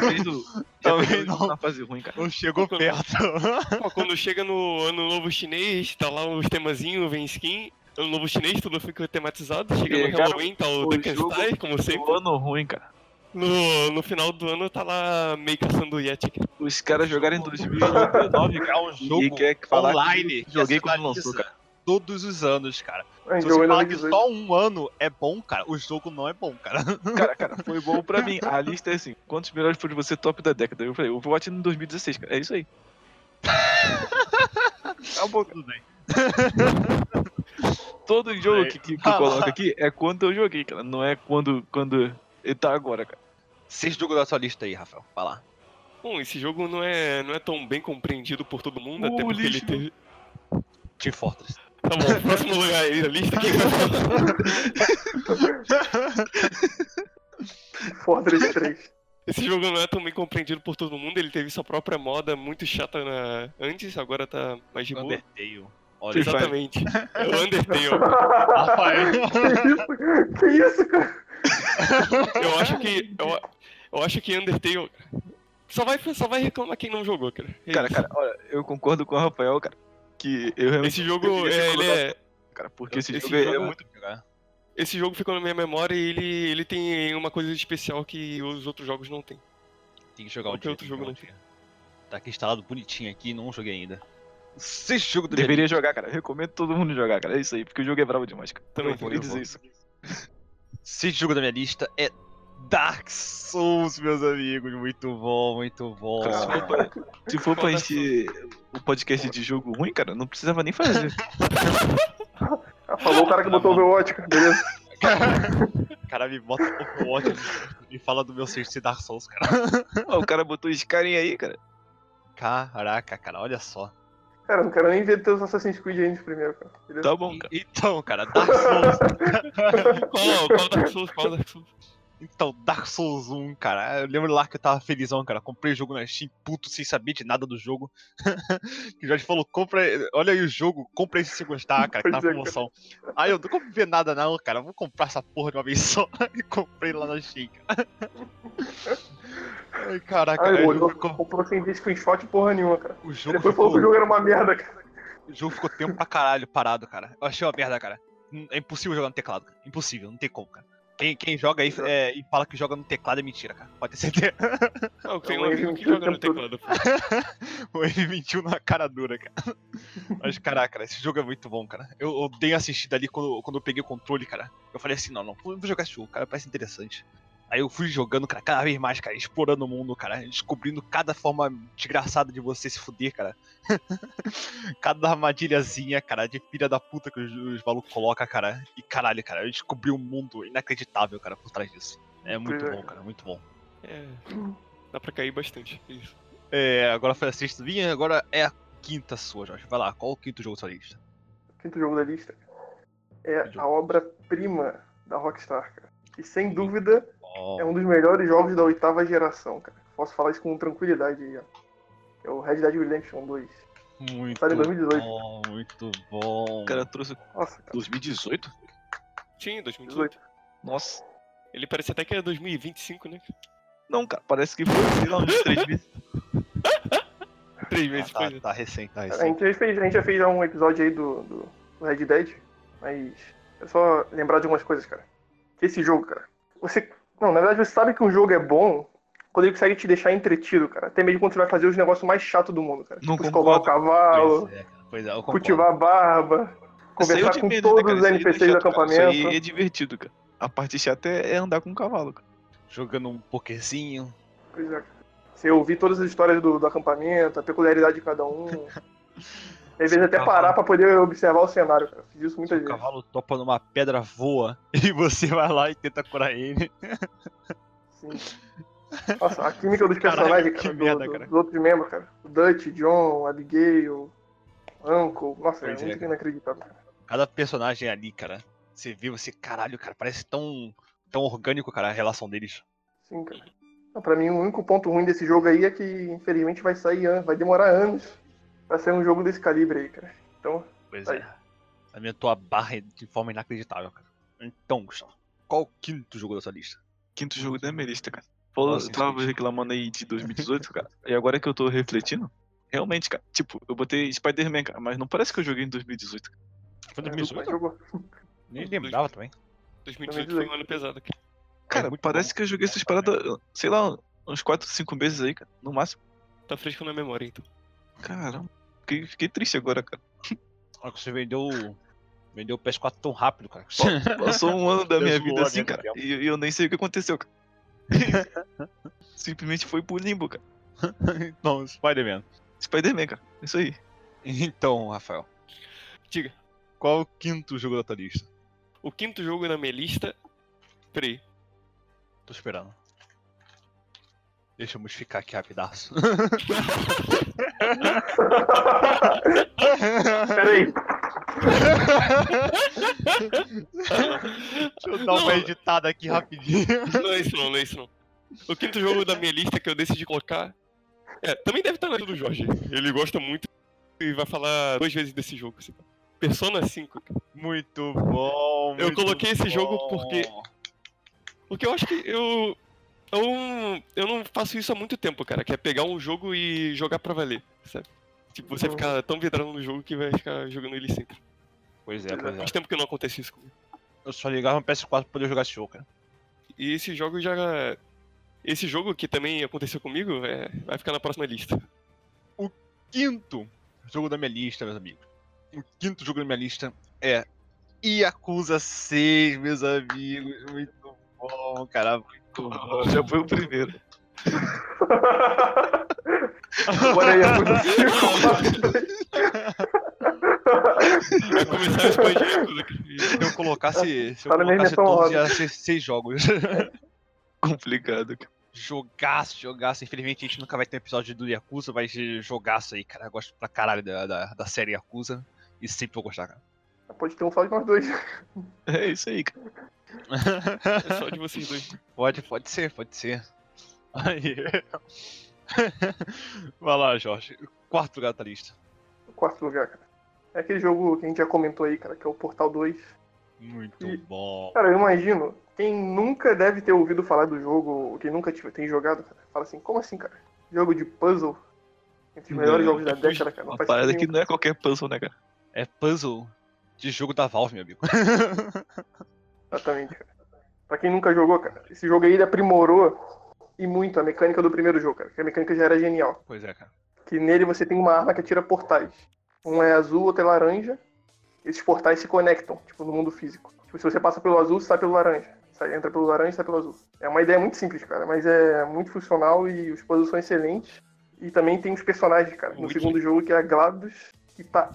Vocês do...
[LAUGHS] Também não.
na fase ruim, cara.
Não chegou perto. [LAUGHS]
Pô, quando chega no ano novo chinês, tá lá os temazinhos, vem skin. Ano novo chinês, tudo fica tematizado. Chega no
Pegaram
Halloween, tá o
o jogo
Tekken como
O
sempre.
ano ruim, cara.
No, no final do ano, tá lá meio caçando Yeti. cara.
Os caras jogaram em 2019, cara.
É um
E
jogo
quer falar
online.
que joguei quando
atualiza
lançou, cara.
Todos os anos, cara.
Aí,
Se
jogo
você
ainda
falar
no
que
18.
só um ano é bom, cara, o jogo não é bom, cara.
Cara, cara, foi bom pra mim. A lista é assim: quantos melhores por você top da década? Eu falei, Overwatch no 2016, cara. É isso [LAUGHS] aí. Tá
Acabou. Tudo
[LAUGHS]
bem.
Todo jogo
Aí.
que, que, que eu coloco aqui é quando eu joguei, cara. Não é quando, quando ele tá agora, cara.
Sexto jogo da sua lista aí, Rafael. Vai lá.
Bom, esse jogo não é, não é tão bem compreendido por todo mundo,
Uh,
até porque ele
lixo.
teve.
Team Fortress.
Tá bom, próximo lugar aí da lista, quem vai falar?
Fortress
[LAUGHS]
3.
Esse jogo não é tão bem compreendido por todo mundo, ele teve sua própria moda muito chata na... antes, agora tá mais de boa.
Undertale. Olha,
Free Fire.
Exatamente. É o Undertale.
[LAUGHS]
Rafael.
[LAUGHS] que isso? Que isso, cara?
Eu acho que. Eu, eu acho que Undertale Só vai, só vai reclamar quem não jogou, cara. É
Cara,
isso.
cara, olha, eu concordo com o Rafael, cara. Que eu realmente.
esse jogo,
eu queria ser
é, ele
colocado,
é-
Cara, porque esse,
Esse
jogo, é
jogo-
muito.
esse jogo ficou na minha memória e ele, ele tem uma coisa especial que os outros jogos não têm.
Tem que jogar um
Qualquer
dia. tem
outro
que jogar
jogo
um dia. Tá aqui instalado bonitinho aqui, não joguei ainda. Esse jogo do
Deveria jogar, cara. Eu recomendo todo mundo jogar, cara. É isso aí, porque o jogo é brabo demais, cara.
Também
eu
vou,
queria
eu
dizer
vou.
isso.
Esse jogo da minha lista é Dark Souls, meus amigos. Muito bom, muito bom.
Cara, se for pra-
Ah.
se for pra encher o podcast de jogo ruim, cara, não precisava nem
[LAUGHS]
fazer.
Ah, falou o cara
Tá
que botou o Overwatch, cara. Beleza.
[LAUGHS] cara, me bota um pouco ótimo e fala do meu sexto de Dark Souls, cara.
Ó, o cara botou Skyrim aí, cara.
Caraca, cara, olha só.
Cara, não quero nem ver teus Assassin's Creed ainda primeiro, cara. Beleza?
Tá bom, cara.
Então, cara, Dark Souls.
Qual, qual Dark Souls? Qual Dark Souls?
Então, Dark Souls 1, cara. Eu lembro lá que eu tava felizão, cara. Comprei o jogo na Steam, puto, sem saber de nada do jogo. [LAUGHS] que o Jorge falou, compra, olha aí o jogo, compra aí se você gostar, cara, que tá na
Pois é, cara.
promoção. Aí eu não comprei ver nada não, cara. Vou comprar essa porra de uma vez só. [LAUGHS] e comprei lá na Steam, cara. [LAUGHS] Ai, caraca,
Ah,
aí
eu
o jogo ficou-
comprou sem ver screenshot porra nenhuma, cara.
o jogo
Depois falou que
ficou...
o jogo era uma merda, cara.
O jogo ficou tempo pra caralho parado, cara. Eu achei uma merda, cara. Hum, É impossível jogar no teclado, cara. Impossível, não tem como, cara. Quem, quem joga aí é, e fala que joga no teclado é mentira, cara. Pode ter certeza.
Ah, tem
É
um
um
amigo
erro
que
que eu
joga no
tento-
teclado. pô.
[LAUGHS] o M21 na cara dura, cara. Mas, caraca, cara, esse jogo é muito bom, cara. Eu odeio assistir dali quando, quando eu peguei o controle, cara. Eu falei assim, não, não, vou jogar esse jogo, cara, parece interessante. Aí eu fui jogando, cara, cada vez mais, cara, explorando o mundo, cara, descobrindo cada forma desgraçada de você se fuder, cara. [LAUGHS] cada armadilhazinha, cara, de filha da puta que os, os malucos colocam, cara. E caralho, cara, eu descobri um mundo inacreditável, cara, por trás disso. É muito
Pois é,
bom, cara, muito bom.
É, dá pra cair bastante. é Isso.
É, agora foi a sexta minha, agora é a quinta sua, Jorge. Vai lá, qual o quinto jogo da sua lista?
Quinto jogo da lista. É a obra-prima da Rockstar, cara. E sem dúvida
Ó,
é um dos melhores jogos da oitava geração, cara. Posso falar isso com tranquilidade aí, ó. É o Red Dead Redemption 2.
muito
saiu um em 2018.
bom, muito bom. Ah,
O cara trouxe
Nossa, cara.
2018?
Sim, 2018.
18.
Nossa.
Ele parece até que é 2025, né?
Não, cara, parece que foi, sei
[LAUGHS]
lá, uns três meses.
Três
Ah,
meses
tá,
depois. né?
tá recente, tá
A
recente.
gente, já fez, a gente já fez já um episódio aí do, do, do Red Dead, mas é só lembrar de algumas coisas, cara. Que esse jogo, cara, você. Não, na verdade você sabe que um jogo é bom quando ele consegue te deixar entretido, cara. Até mesmo quando você vai fazer os negócios mais chatos do mundo, cara.
Não
tipo, escovar
concordo.
o cavalo,
Pois é, cara, pois é, eu concordo.
cultivar a barba,
Saiu
conversar
de
com
medo,
todos
né, cara?
os
Isso aí não é
NPCs do
chato, cara. Isso aí
acampamento.
é divertido, cara. A parte chata é é andar com um cavalo, cara.
Jogando um pokerzinho.
Pois é, cara. Você ouvir todas as histórias do, do acampamento, a peculiaridade de cada um. E às vezes até
cavalo.
parar pra poder observar o cenário, cara. Fiz isso muitas
O
vezes.
cavalo topa numa pedra voa [LAUGHS] e você vai lá e tenta curar ele.
Sim. Nossa, a química dos
[LAUGHS] Caralho,
personagens,
que
cara, do-
merda,
do-
cara.
dos outros membros, cara. O Dutch, John, Abigail, Uncle. Nossa, é
Pois é,
muito
cara.
inacreditável. cara.
Cada personagem ali, cara, você vê, você, caralho, cara, parece tão, tão orgânico, cara, a relação deles.
Sim, cara. Não, pra mim, o único ponto ruim desse jogo aí é que, infelizmente, vai sair, an- vai demorar anos pra sair um jogo desse calibre aí, cara. Então,
Pois
Aí.
é. Aumentou a barra é de forma inacreditável, cara. Então, Gustavo, qual o quinto jogo da sua lista?
Quinto jogo da minha lista, cara. Falou,
Nossa,
eu tava
gente.
reclamando aí de 2018, cara. E agora que eu tô refletindo, realmente, cara. Tipo, eu botei Spider-Man, cara, mas não parece que eu joguei em 2018. cara.
Foi
é, jogo-
Nem lembrava também.
2018 foi um ano pesado. Cara.
Cara,
muito
parece
bom.
que eu joguei essas paradas, sei lá, uns 4, 5 meses aí, cara. No máximo.
Tá fresco na memória, então.
Caramba. Fiquei, fiquei triste agora, cara.
Olha que você vendeu. o- Vendeu o PS4 tão rápido, cara. [LAUGHS]
Passou um ano da
né, Deus
minha
voou
vida
ao
assim,
mesmo
cara.
tempo.
E e eu nem sei o que
[LAUGHS]
aconteceu, cara. Simplesmente foi pro limbo, cara.
Não, então, Spider-Man.
Spider-Man, cara. é Isso aí.
Então, Rafael.
Diga.
Qual é o quinto jogo da tua lista?
O quinto jogo na minha lista. Peraí.
Tô esperando. Deixa eu modificar aqui [LAUGHS] rapidaço.
[LAUGHS] Peraí,
Deixa eu dar um uma
Não.
editada aqui rapidinho.
Não é isso não, não é isso não. O quinto jogo da minha lista que eu decidi colocar. É, também deve estar na lista do Jorge. Ele gosta muito e vai falar duas vezes desse jogo. assim. Persona 5. cara.
Muito bom.
Eu
muito
coloquei esse jogo
bom.
porque- Porque eu acho que eu. Então, eu não faço isso há muito tempo, cara, que é pegar um jogo e jogar pra valer, sabe? Tipo, você
Uhum.
Não.
ficar tão vidrado no jogo que vai ficar jogando ele sempre.
Pois é, pois é.
Faz tempo que não acontece isso comigo.
Eu só ligava no PS4 pra poder jogar esse jogo, cara.
E esse jogo já. Esse jogo que também aconteceu comigo é... vai ficar na próxima lista.
Quinto jogo da minha lista, meus amigos. O quinto jogo da minha lista é Yakuza 6, meus amigos. Muito bom, cara. Muito bom.
Já foi o primeiro.
[LAUGHS]
Agora
[LAUGHS] é
aí, Yakuza 5.
Vai começar a expandir tudo aqui.
Se eu colocasse, se eu
Tá na minha
colocasse
menção
todos,
honrosa.
ia ser seis jogos. [LAUGHS]
Complicado, cara.
Jogaço, jogaço. Infelizmente a gente nunca vai ter um episódio do Yakuza, mas jogaço aí, cara. Eu gosto pra caralho da, da, da série Yakuza. E sempre vou gostar, cara.
Pode ter um só de nós dois.
É isso aí, cara.
É só de vocês dois.
[LAUGHS] Pode, pode ser, pode ser. Aí. [LAUGHS] vai lá, Jorge. Quarto lugar da lista.
Quarto lugar, cara. É aquele jogo que a gente já comentou aí, cara, que é o Portal 2.
Muito
E-
bom.
Cara, eu imagino, quem nunca deve ter ouvido falar do jogo, ou quem nunca tive- tem jogado, cara, fala assim, como assim, cara? Jogo de puzzle? Entre os melhores
Não,
jogos da década, cara. Não
Uma
faz
parada que
sentido.
não é qualquer puzzle, né, cara?
É puzzle de jogo da Valve, meu amigo. [LAUGHS]
Exatamente, cara. Pra quem nunca jogou, cara, esse jogo aí ele aprimorou e muito a mecânica do primeiro jogo, cara. Que a mecânica já era genial.
pois é, cara.
Que nele você tem uma arma que atira portais. Um é azul, outro é laranja. Esses portais se conectam, tipo, no mundo físico. Tipo, se você passa pelo azul, você sai pelo laranja. Sai, entra pelo laranja, sai pelo azul. É uma ideia muito simples, cara, mas é muito funcional e os puzzles são excelentes. E também tem os personagens, cara, no
Muito
segundo jogo, que é a GLaDOS, que tá,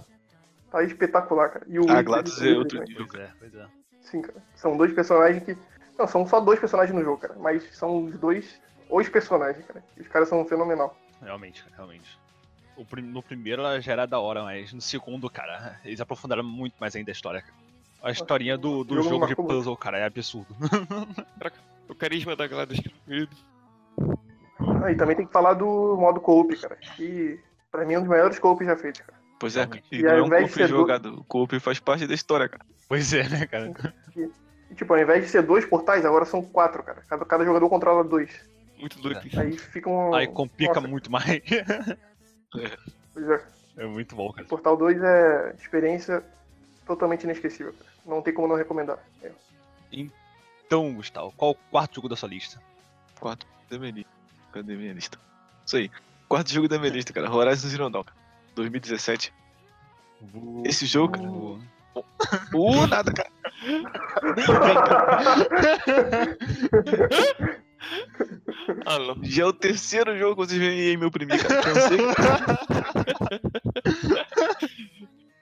tá espetacular, cara. E o
A
Wither
GLaDOS é
também,
outro
né?
nível.
Pois é, pois é.
Sim, cara. São dois personagens que. Não, são só dois personagens no jogo, cara. Mas são os dois. Os personagens, cara. Os caras são fenomenal.
Realmente, cara, realmente. O prim- no primeiro ela já era da hora, mas no segundo, cara, eles aprofundaram muito mais ainda a história. cara. A historinha do, do
jogo
jogo de
marcou muito.
puzzle, cara, é absurdo. [LAUGHS]
O carisma da Gladys, é meu Deus.
Ah, e também tem que falar do modo co-op, cara. Que pra mim é um dos maiores co-op já feitos, cara.
Pois é, cara.
Realmente.
E,
E
não
ao
é um
invés de
corpo
ser do-
jogado. O corpo faz parte da história, cara.
Pois é, né, cara?
E tipo, ao invés de ser dois portais, agora são quatro, cara. Cada, cada jogador controla dois.
Muito doido isso.
Aí fica um.
Aí complica
Nossa,
muito mais. [LAUGHS]
pois é.
É muito bom, cara.
Portal 2 é experiência totalmente inesquecível, cara. Não tem como não recomendar. É. [LAUGHS]
Então, Gustavo, qual o quarto jogo da sua lista?
Quarto jogo da minha lista. Cadê minha lista? Isso aí. Quarto jogo da minha lista, cara. Horizon Zero Dawn, cara. 2017. Esse jogo, cara.
uh.
Uh, nada, cara. Nem vem, cara.
Ah, não.
Já é o terceiro jogo que vocês vêm me oprimir,
[LAUGHS]
cara. Cansei, cara.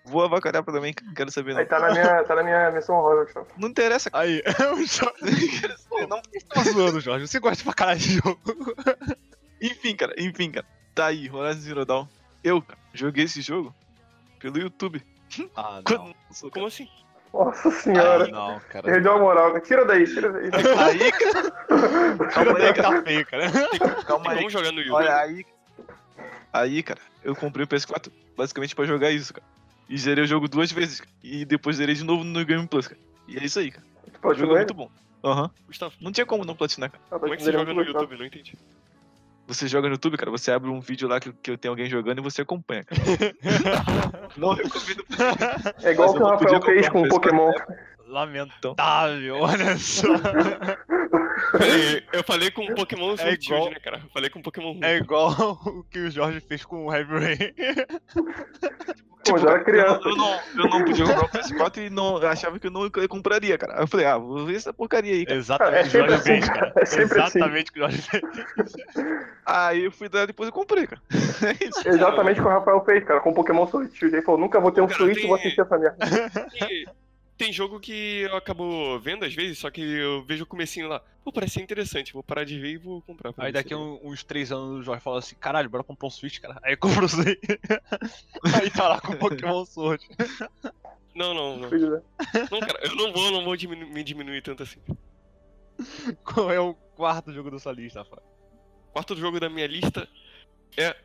Vou avacalhar pra também, cara. quero saber não.
Aí tá na minha, tá na minha menção honrosa, Gustavo.
Não interessa, cara.
Aí, [LAUGHS] o Jorge.
Não-
Tá zoando, Jorge. Você gosta pra caralho de jogo.
Enfim, cara, enfim, cara. Tá aí, Horizon Zero Dawn. Eu, cara, joguei esse jogo pelo YouTube.
Ah,
Quando lançou, cara.
Como assim?
Nossa senhora.
não, cara.
Perdeu a moral, cara. Tira daí, tira
Tá
daí.
[LAUGHS] Aí, cara. Calma aí, cara.
tá feio, cara.
Calma aí,
Vamos jogar no YouTube.
Olha aí. Aí, cara, eu comprei o PS4 basicamente pra jogar isso, cara. E zerei o jogo duas vezes, cara. E depois zerei de novo no Game Plus, cara. E é isso aí, Tá, cara.
Tu
O jogo
platinou ele?
é muito bom. Aham.
Gustavo,
Não tinha como não platinar, cara.
Ah,
como é
platinou
que você
ele,
joga no
muito legal.
YouTube? Não entendi.
Você joga no YouTube, cara, você abre um vídeo lá que, que tem alguém jogando e você acompanha, cara. não recomendo pra
É igual o
Mas eu
que o
não podia
Rafael fez
comprar
com
um
o
PS4
Pokémon.
Lamentável,
Então.
olha só.
[LAUGHS]
Peraí, Eu falei com o
É
Pokémon Switch
igual-
hoje, né, cara? Eu falei com o Pokémon
É igual o que o Jorge fez com o Heavy Rain.
Pô, já era criança.
Eu, eu não, eu não podia comprar
[LAUGHS]
o PS4 e não, achava que eu não compraria, cara. Aí eu falei, ah, vou ver essa porcaria aí, cara.
Exatamente o que o
sempre
Jorge
assim,
fez, cara.
É sempre assim.
Exatamente o que o Jorge fez.
Aí eu fui dar depois eu comprei, cara. [LAUGHS] É isso.
Exatamente o que o Rafael fez, cara, com o Pokémon Switch. Ele falou, nunca vou ter um
Cara,
Switch,
tem-
vou assistir essa merda.
E tem jogo que eu acabo vendo às vezes, só que eu vejo o comecinho lá. Pô, parece ser interessante, vou parar de ver e vou comprar. pra
Aí
ver
daqui
se é legal.
um- uns três anos o Jorge fala assim, caralho, bora comprar um Switch, cara. Aí compra o Switch. [LAUGHS] Aí tá lá com o Pokémon Sword.
Não,
[LAUGHS]
não, não.
Pois é.
Não, cara, eu não vou, não vou diminu- me diminuir tanto assim.
Qual é o quarto jogo da sua lista, Rafa?
Quarto jogo da minha lista é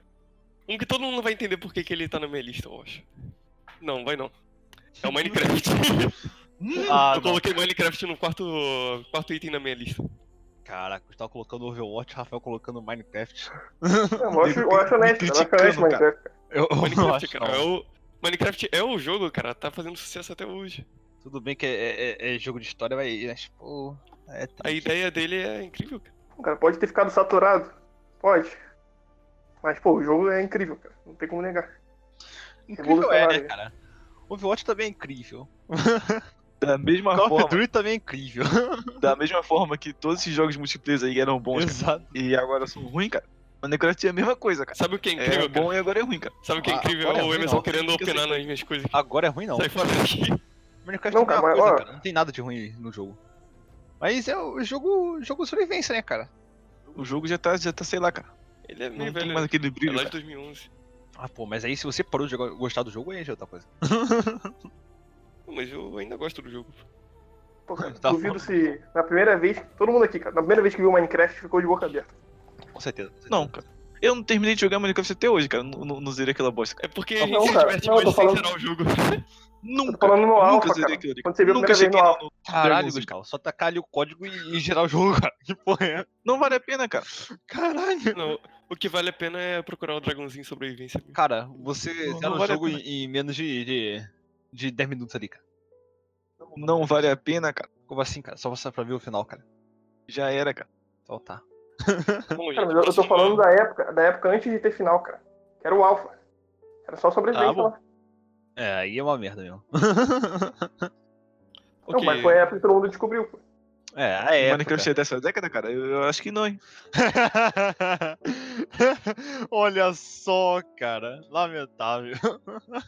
um que todo mundo vai entender por que que ele tá na minha lista, eu acho. Não, vai não. É o Minecraft. [LAUGHS]
Ah,
Hum. eu coloquei Minecraft no quarto, quarto item na minha lista.
Caraca, eu tava tá colocando Overwatch, o Rafael colocando Minecraft.
Eu acho, eu acho é, honesto, eu acho honesto
criticando,
Minecraft. cara.
Eu, eu não
Minecraft,
acho,
cara, é
não.
o. Minecraft é o jogo, cara, tá fazendo sucesso até hoje.
Tudo bem que é, é- é jogo de história, mas, pô... É
A
triste.
ideia dele é incrível, cara.
O cara pode ter ficado saturado. Pode. Mas, pô, o jogo é incrível, cara. Não tem como negar.
incrível é, né,
revolucionário.
cara? Overwatch também é incrível.
Da mesma,
Call of
forma,
Duty também é incrível.
da mesma forma que todos esses jogos multiplayer aí eram bons cara,
[LAUGHS] Exato.
e agora são ruins, cara. Minecraft é a mesma coisa, cara.
Sabe o que é
É,
incrível, cara?
bom e agora é ruim, cara.
Sabe o que é
Ah,
incrível?
olha,
o
ruim
Emerson
não.
querendo opinar nas minhas coisas.
Agora é ruim não.
Sai fora daqui. [LAUGHS]
Minecraft
Não,
não, é a mesma
cara, mas,
coisa,
ó.
cara. Não tem nada de ruim no jogo. Mas é o jogo, jogo de sobrevivência, né, cara?
O jogo já tá, já tá sei lá, cara.
Ele é meio
Não
velho.
tem
né?
mais aquele
É
brilho,
lá de
cara.
2011.
Ah, pô, mas aí se você parou de jogar- gostar do jogo, aí já é outra coisa.
Não, Mas eu ainda gosto do jogo.
Pô, cara,
Tá
duvido
foda.
se na primeira vez, todo mundo aqui, cara, na primeira vez que viu Minecraft ficou de boca aberta.
Com certeza.
tá
com certeza.
Não, cara. Eu não terminei de jogar Minecraft até hoje, cara. Não, não, não zerei aquela bosta, cara.
É porque a
Não,
gente se
cara,
diverte
não, eu tô
mais sem
falando-
zerar o jogo. [LAUGHS]
Eu tô
Nunca.
falando no
Nunca
alfa,
zerei
cara.
aquilo ali.
Quando você viu a
Nunca
primeira vez no
cheguei lá
alfa.
no.
Caralho,
Dragon's
Gustavo, só tacar ali o código e, e gerar o jogo, [LAUGHS] cara. Que porra é?
Não vale a pena, cara.
Caralho.
Não, o que vale a pena é procurar o dragãozinho sobrevivência.
Cara, você
Não,
zera
não
o
vale a
jogo
pena.
em, em menos de, de, de 10 minutos ali, cara.
Não vale a pena, cara.
Como assim, cara? Só você pra ver o final, cara.
Já era, cara.
Então tá.
Cara,
Bom, gente,
mas eu, eu tô
próximo-
falando da época, da época antes de ter final, cara. Era o alfa. Era só sobrevivência
Tá bom.
lá.
É, aí é uma merda mesmo. [LAUGHS]
Não,
Ok,
mas foi a época que todo mundo descobriu, pô.
é, a época.
Minecraft é dessa década, cara? Eu, eu acho que não, hein?
[LAUGHS] Olha só, cara. Lamentável. [LAUGHS]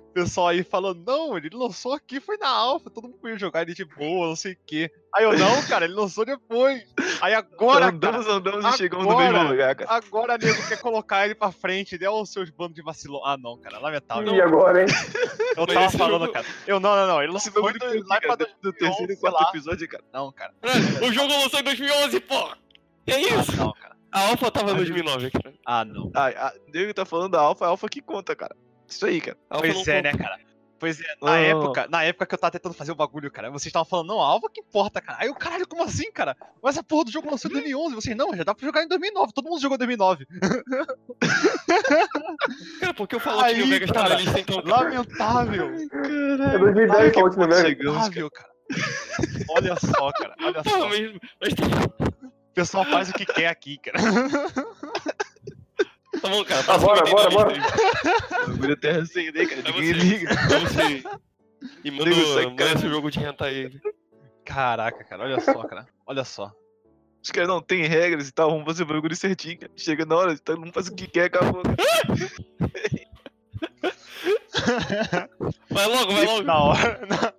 O pessoal aí falando, não, ele lançou aqui, foi na alfa, todo mundo podia jogar ele de boa, não sei o quê. Aí eu, não, cara, ele lançou depois. Aí agora, cara,
andamos, andamos e chegamos no
Agora.
mesmo lugar, cara.
agora nego quer colocar ele pra frente, né? Olha os seus bandos de vacilão. Ah, não, cara, lamentável.
E agora, hein?
eu
mas
tava
esse
falando,
jogo-
cara. Eu, não, não, não, ele
Esse
lançou
bagulho
do, lá pra
cara, do, do
2011,
terceiro e
sei
quarto
lá.
episódio, cara.
Não, cara.
É, O jogo lançou em 2011, porra! Que
Ah,
É isso?
não, cara.
A Alpha tava em 2009, cara.
Ah, não.
Ah, a, Diego tá falando da Alpha, é a Alpha que conta, cara. Isso aí, cara.
A Alpha
Pois
não
é,
conta.
né, cara? Pois é,
Não,
na
não,
época, na época que eu tava tentando fazer o bagulho, cara, vocês estavam falando, não, a alva que importa, cara. Aí eu, caralho, como assim, cara? Mas a porra do jogo lançou em 2011, vocês, não, já dá pra jogar em 2009, todo mundo jogou em 2009.
Cara, por que eu falo que
Aí,
New Vegas tá na
cara.
lista então? cara?
Lamentável,
É
Caralho. Ai,
2010
que
pra última
ponto
vez.
chegamos,
lamentável,
cara.
cara. Olha só, cara, olha
Porra,
só.
mas, mas tá
O pessoal faz o que quer aqui, cara.
tá bom, cara.
Tá,
próximo
bora,
item
bora,
da lista
bora.
aí.
Bagulho até acender, cara.
É
Ninguém
né? você.
liga.
Então, você- E manda,
Nego,
é
sai,
manda
cara.
esse jogo de rentar aí.
Caraca, cara, olha só, cara. Olha só.
Os caras não tem regras e tal, vamos fazer o bagulho certinho, cara. Chega na hora, todo mundo faz o que quer, acabou. cara.
Vai logo, vai logo.
Na hora, na,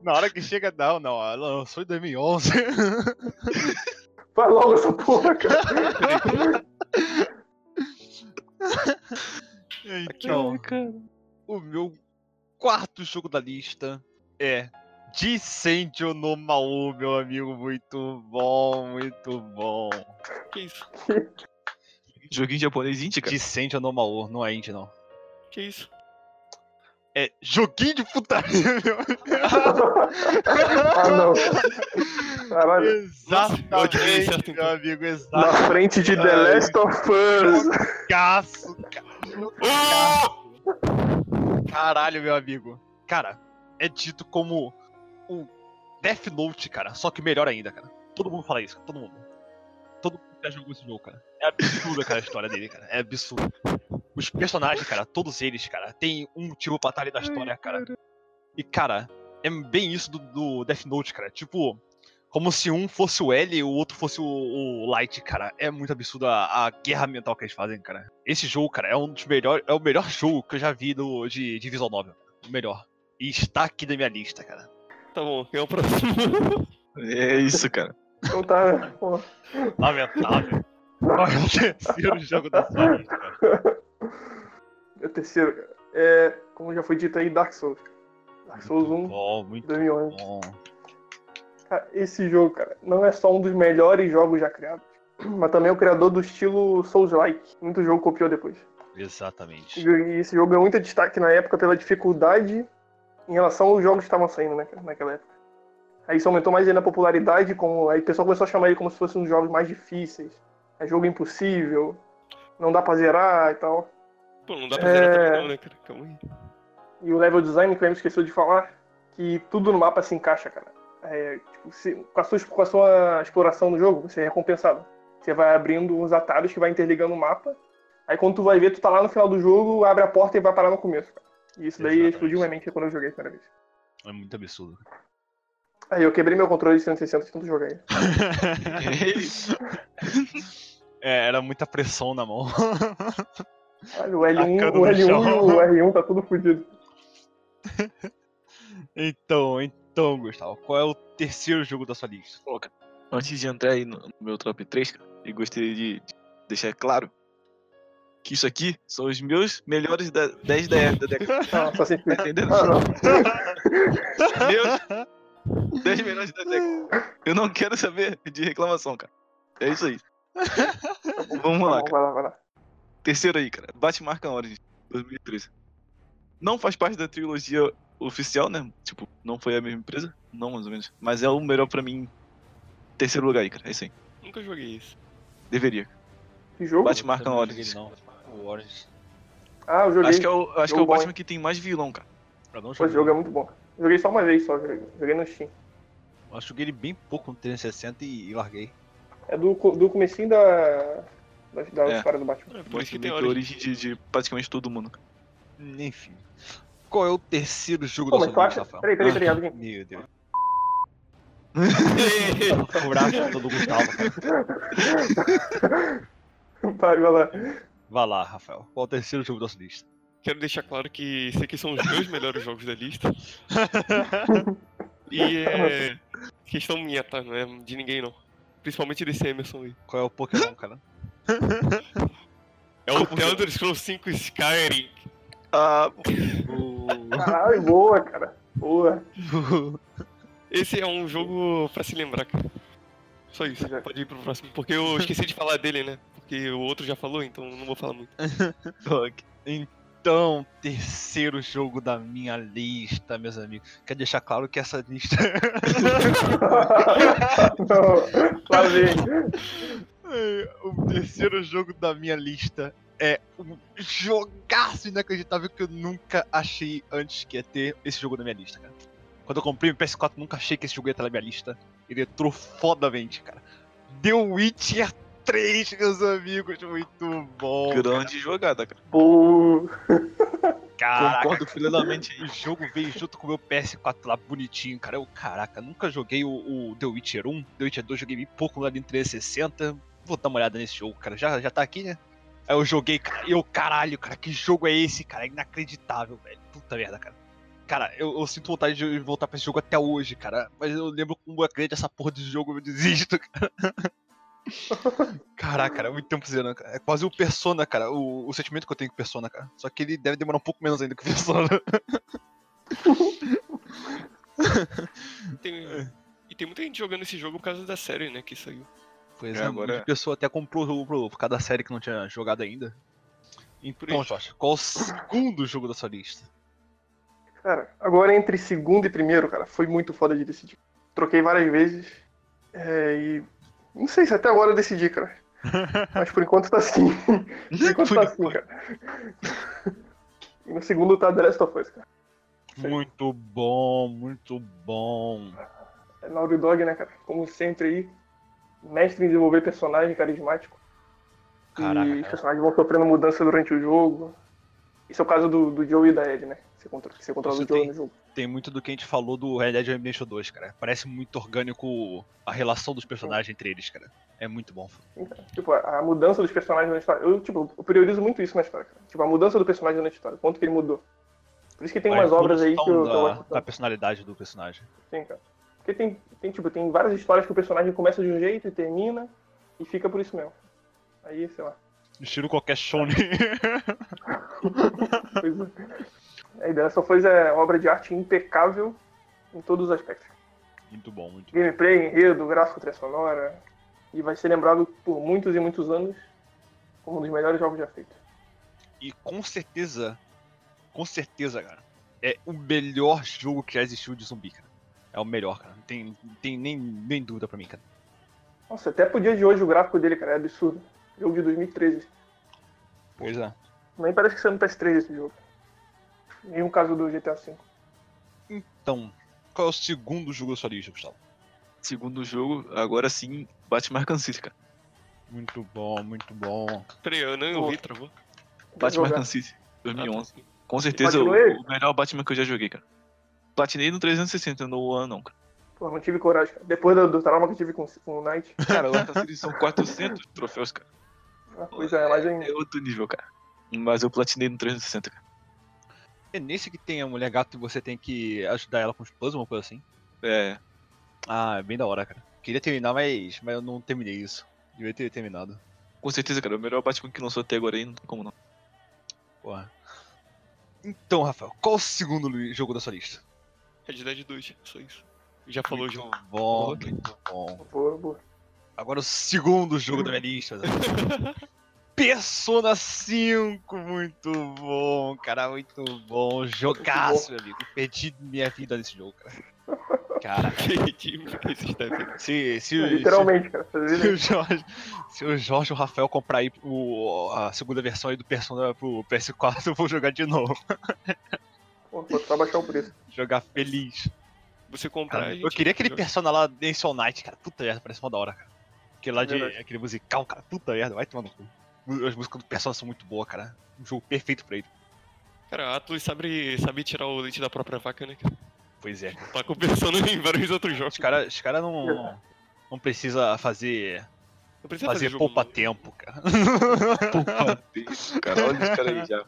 na hora que chega, não, não, ela lançou em 2011.
Vai logo essa porra, cara.
[LAUGHS] Então, o meu quarto jogo da lista é Dissendio no Maú, meu amigo. Muito bom, muito bom.
Que isso?
Joguinho japonês indie, cara.
Dissendio no Maú, não é indie, não.
Que isso?
É joguinho de putaria, meu
[LAUGHS] ah, não. Caralho.
eu tirei
Exatamente,
certo,
meu
então.
amigo,
Na
exato.
frente de The
Ai.
Last of Us.
Jogaço, cara.
Oh!
Jogaço. Caralho, meu amigo. Cara, é dito como o Death Note, cara. Só que melhor ainda, cara. Todo mundo fala isso, cara. Todo mundo. Todo mundo que já jogou esse jogo, cara. É absurda, cara, a história dele, cara. É absurdo. Os personagens, cara, todos eles, cara, tem um motivo pra estar ali na história, cara. E, cara, é bem isso do, do Death Note, cara. Tipo, como se um fosse o L e o outro fosse o, o Light, cara. É muito absurdo a, a guerra mental que eles fazem, cara. Esse jogo, cara, é um dos melhores. É o melhor jogo que eu já vi do, de, de Visual Novel. O melhor. E está aqui na minha lista, cara.
Tá bom, quem é o próximo?
É isso, cara.
Então tá. Pô.
Lamentável. Qual é o terceiro jogo da sua lista? cara?
É o terceiro, cara. É, como já foi dito aí, Dark Souls. cara. Dark Souls 1,
Bom, muito
2011.
bom.
Cara, esse jogo, cara, não é só um dos melhores jogos já criados, mas também é o criador do estilo Souls-like. Muito jogo copiou depois. E
Exatamente.
e esse jogo ganhou muito destaque na época pela dificuldade em relação aos jogos que estavam saindo né, cara, naquela época. Aí isso aumentou mais ainda a popularidade, como... aí o pessoal começou a chamar ele como se fosse um dos jogos mais difíceis. É jogo impossível, não dá pra zerar e tal.
Pô, não dá pra zerar
É.
também não, né, cara? Calma aí.
E o level design, que o Amy esqueceu de falar, que tudo no mapa se encaixa, cara. É, tipo, se- com, a sua, com a sua exploração do jogo, você é recompensado. Você vai abrindo uns atalhos que vai interligando o mapa. Aí quando tu vai ver, tu tá lá no final do jogo, abre a porta e vai parar no começo, cara. E isso daí
Exatamente.
explodiu minha mente quando eu joguei a primeira vez.
É muito absurdo.
Aí eu quebrei meu controle de 360 de tanto jogar ele.
é, era muita pressão na mão. [LAUGHS]
Olha, o L1,
Tacando
o
no
L1 e
chão.
o R1 tá tudo fodido.
Então, então, Gustavo, qual é o terceiro jogo da sua lista?
Antes de entrar aí no no meu top 3, cara, eu gostaria de de deixar claro que isso aqui são os meus melhores da 10 da, da década.
Ah, só sem
Tá [LAUGHS] entendendo?
Ah, não.
Meus 10 melhores da década. Eu não quero saber de reclamação, cara. É isso aí. Então, Vamos lá,
Não,
cara.
vai lá, vai lá.
Terceiro aí, cara. Batman hora de 2013. Não faz parte da trilogia oficial, né? Tipo, não foi a mesma empresa. Não, mais ou menos. Mas é o melhor pra mim. Terceiro lugar aí, cara. É isso aí.
Nunca joguei isso.
Deveria.
Que jogo?
Bate marca na
Também
Origins.
não joguei, não. O Origins.
Ah, eu joguei.
Acho que é o, acho que é
Jogo
o
bom,
Batman que tem mais vilão, cara.
Eu não
Pô,
joguei.
esse jogo é muito bom. Joguei só uma vez só, joguei, joguei no Steam.
Eu joguei ele bem pouco no 360 e, e larguei.
É do, co- do comecinho da, da, da
É.
história do Batman.
É, por isso
Mostra
que tem
meio que a
hora de...
origem de, de praticamente todo mundo. cara.
Enfim. Qual é o terceiro jogo
Pô,
da
mas tu
sua lista,
acha...
Rafael?
Peraí, peraí, peraí, [LAUGHS] rapidinho.
Meu Deus.
[LAUGHS]
Furar a conta do Gustavo, cara.
Vai, vai lá.
Vai lá, Rafael. Qual é o terceiro jogo da sua lista?
Quero deixar claro que esse aqui são os meus melhores jogos da lista. E é questão minha, tá? Não é de ninguém, não. Principalmente desse Emerson aí.
Qual é o Pokémon, cara? [LAUGHS]
É o Elder Scrolls 5 Skyrim.
Ah,
Caralho, boa, cara. Boa. [LAUGHS]
Esse é um jogo pra se lembrar, cara. Só isso.
Já.
Pode ir pro próximo. Porque eu esqueci de falar dele, né? Porque o outro já falou, então não vou falar muito.
fuck.
Então, terceiro jogo da minha lista, meus amigos. Quero deixar claro que essa lista. [LAUGHS]
Não, lá vem.
o terceiro jogo da minha lista é um jogaço inacreditável que eu nunca achei antes que ia ter esse jogo na minha lista, cara. Quando eu comprei o PS4, nunca achei que esse jogo ia estar na minha lista. Ele entrou fodamente, cara. The Witcher 3, meus amigos, muito bom.
Grande jogada, [LAUGHS] cara.
Boa.
Caraca,
Concordo plenamente aí.
o jogo veio junto com o meu PS4 lá bonitinho, cara. Eu, caraca, nunca joguei o, o The Witcher 1, The Witcher 2 joguei bem pouco lá de 360. Vou dar uma olhada nesse jogo, cara. Já, já tá aqui, né? Aí eu joguei, cara. Eu, caralho, cara, que jogo é esse, cara? É inacreditável, velho. Puta merda, cara. Cara, eu, eu sinto vontade de voltar pra esse jogo até hoje, cara. Mas eu lembro como é grande essa porra de jogo, eu desisto, cara. Caraca, cara, muito tempo zerando, cara. É quase o Persona, cara. O, o sentimento que eu tenho com Persona, cara. Só que ele deve demorar um pouco menos ainda que o Persona.
Tem- E tem muita gente jogando esse jogo por causa da série, né? Que saiu.
Pois
É,
é,
agora
agora...
é.
pessoa até comprou o jogo pro- por causa da série que não tinha jogado ainda. Então, Jorge, qual o segundo jogo da sua lista?
Cara, agora entre segundo e primeiro, cara, foi muito foda de decidir. Troquei várias vezes. É, e. Não sei se até agora eu decidi, [LAUGHS] cara. Mas por enquanto tá assim. Por enquanto tá assim, cara. [LAUGHS] E no segundo tá The Last of Us, cara.
Muito bom, muito bom.
É Naughty Dog, né, cara? Como sempre aí, mestre em desenvolver personagem carismático.
Caraca,
e os
cara.
personagens vão sofrendo mudança durante o jogo. Isso é o caso do, do Joe e da Ellie, né? Você controla, você controla
Isso
o Joe
tem.
no jogo.
Tem muito do que a gente falou do Red Dead Redemption 2, cara. Parece muito orgânico a relação dos personagens entre eles, cara. É muito bom.
Tipo, a, a mudança dos personagens na história. Eu, tipo, eu priorizo muito isso na história, cara. Tipo, a mudança do personagem na história, o quanto que ele mudou. Por isso que tem umas
A
obras aí que eu, que eu
evolução
gosto
Da, da
tanto.
personalidade do personagem.
Sim, cara. Porque tem, tem, tipo, tem várias histórias que o personagem começa de um jeito e termina, e fica por isso mesmo. Aí, sei lá.
Estilo qualquer shonen.
Pois é. A ideia só foi é obra de arte impecável em todos os aspectos.
[LAUGHS] muito bom, muito bom.
Gameplay, enredo, gráfico, trilha sonora. E vai ser lembrado por muitos e muitos anos como um dos melhores jogos já feitos.
E com certeza, com certeza, cara, é o melhor jogo que já existiu de zumbi, cara. é o melhor, cara. Não tem, não tem nem, nem dúvida pra mim, cara.
Nossa, até pro dia de hoje o gráfico dele, cara, é absurdo. Jogo de 2013.
Pois é.
Nem parece que saiu no PS3 esse jogo. Nenhum caso do GTA V.
Então, qual é o segundo jogo da sua lista, Gustavo?
Segundo jogo, agora sim, bate Arkham City, cara.
Muito bom, muito bom.
Peraí, eu não ouvi, travou.
Batman
jogar.
Arkham City, 2011. Com certeza o,
Platinou ele?
o melhor Batman que eu já joguei, cara. Platinei no 360, no One não, cara.
Pô, não tive coragem, cara. Depois do, do trauma que eu tive com, com o Knight,
Cara, o Arkham City são 400 [LAUGHS] troféus, cara.
a coisa é mais ainda.
É outro nível, cara. Mas eu platinei no 360, cara.
É nesse que tem a mulher gato e você tem que ajudar ela com os puzzles, uma coisa assim?
É,
Ah, é bem da hora, cara. Queria terminar, mas, mas eu não terminei isso. Devia ter terminado.
com certeza, cara. é O melhor Batman que lançou até agora aí, não tem [LAUGHS] como não.
Porra. Então, Rafael, qual o segundo lu- jogo da sua lista?
Red Dead 2, só isso. Já falou o jogo.
Muito bom, muito bom.
Boa, boa.
Agora o segundo jogo da minha lista. né? Persona 5, muito bom, cara, muito bom. Jogaço, meu amigo. Perdi minha vida nesse jogo, cara. Cara,
Que time que esse Stephen?
se, se, se,
É, Literalmente, cara. Fazer
se
ele-
o Jorge, se o Jorge e o Rafael comprar aí o- a segunda versão aí do Persona pro PS4, eu vou jogar de novo.
Pô, vou só baixar o preço.
Jogar feliz.
[LAUGHS] Você comprar,
Cara,
a
eu
gente
queria aquele
joga.
Persona lá de Soul Knight, cara. Puta merda, parece uma da hora, cara. Aquele lá
É
de.
Verdade.
aquele musical, cara. Puta merda, vai tomar no cu. As músicas do Persona são muito boas, cara. Um jogo perfeito pra ele.
Cara, a Atlus sabe, sabe tirar o leite da própria vaca, né? cara?
Pois é. cara.
Tá compensando em vários outros jogos.
Os caras os cara não. Não precisa fazer.
Não precisa
Fazer
fazer, jogo novo.
poupa-tempo, cara. [LAUGHS]
Opa, cara, olha os caras aí já.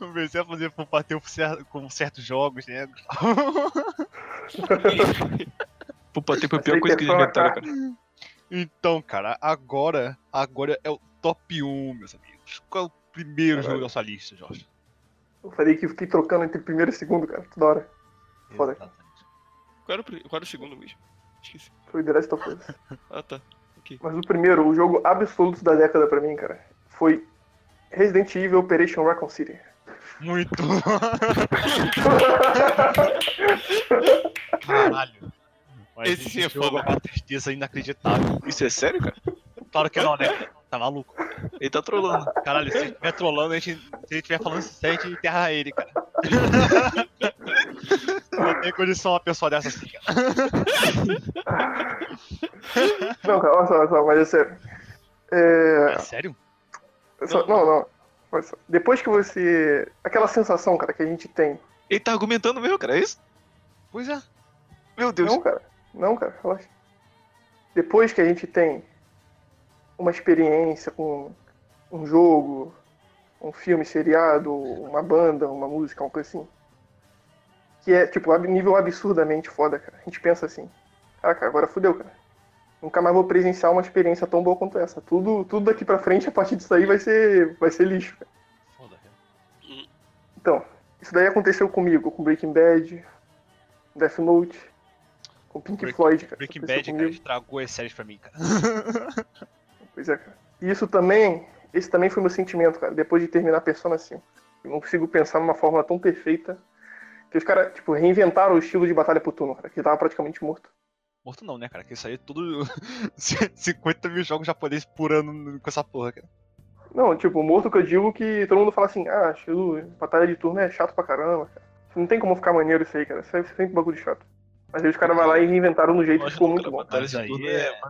Não precisa fazer poupa-tempo cer- com certos jogos, né? [LAUGHS]
Pupa tempo é a
Essa aí
pior coisa que
que é
eles
só
inventaram,
matar.
cara.
Então, cara, agora. Agora é o top 1, meus amigos. Qual é o primeiro
Caralho.
jogo da sua lista, Jorge?
Eu falei que fiquei trocando entre primeiro e segundo, cara. Toda hora. Foda.
Exatamente.
Qual era, o, pri- qual era o segundo mesmo? Esqueci.
Foi The Last of Us.
Ah, tá.
Mas o primeiro, o jogo absoluto da década pra mim, cara, foi Resident Evil Operation Raccoon City.
Muito. Caralho. Mas
Esse sim é
jogo
foda.
é uma tristeza inacreditável.
Isso é sério, cara?
Claro que não, né? Tá maluco.
Ele tá trolando.
Caralho, se ele estiver trolando, a gente, se ele estiver falando sério, a gente enterra ele,
[LAUGHS]
cara. não tem condição uma pessoa dessa assim, cara.
Não, cara, olha só, olha só, mas é sério. É,
É sério?
só- não, não. Olha só. Depois que você. Aquela sensação, cara, que a gente tem.
Ele tá argumentando mesmo, cara, é isso?
Pois é.
Meu Deus.
Não, cara. Não, cara, relaxa. Depois que a gente tem uma experiência com um jogo, um filme seriado, uma banda, uma música, uma coisa assim. Que é, tipo, ab- nível absurdamente foda, cara. A gente pensa assim, caraca, agora fudeu, cara. Nunca mais vou presenciar uma experiência tão boa quanto essa. Tudo, tudo daqui pra frente, a partir disso aí, vai ser, vai ser lixo, cara.
Foda, cara.
Então, isso daí aconteceu comigo, com Breaking Bad, Death Note, com Pink
Break-
Floyd, cara.
Breaking
Aconteceu
Bad, cara,
comigo.
estragou as séries pra mim, cara.
Pois é, cara. E isso também, esse também foi meu sentimento, cara, depois de terminar Persona 5. Eu não consigo pensar numa fórmula tão perfeita que os caras, tipo, reinventaram o estilo de batalha por turno, cara, que tava praticamente morto.
Morto não, né, cara? Que isso aí é tudo [LAUGHS] 50 mil jogos japoneses por ano com essa porra, cara.
Não, tipo, morto que eu digo que todo mundo fala assim, ah, estilo de batalha de turno é chato pra caramba, cara. Não tem como ficar maneiro isso aí, cara. Isso é sempre um bagulho chato. Mas aí os caras vão lá e reinventaram no jeito que ficou muito bom.
Batalha
Mas
de
aí
tudo
é-
é...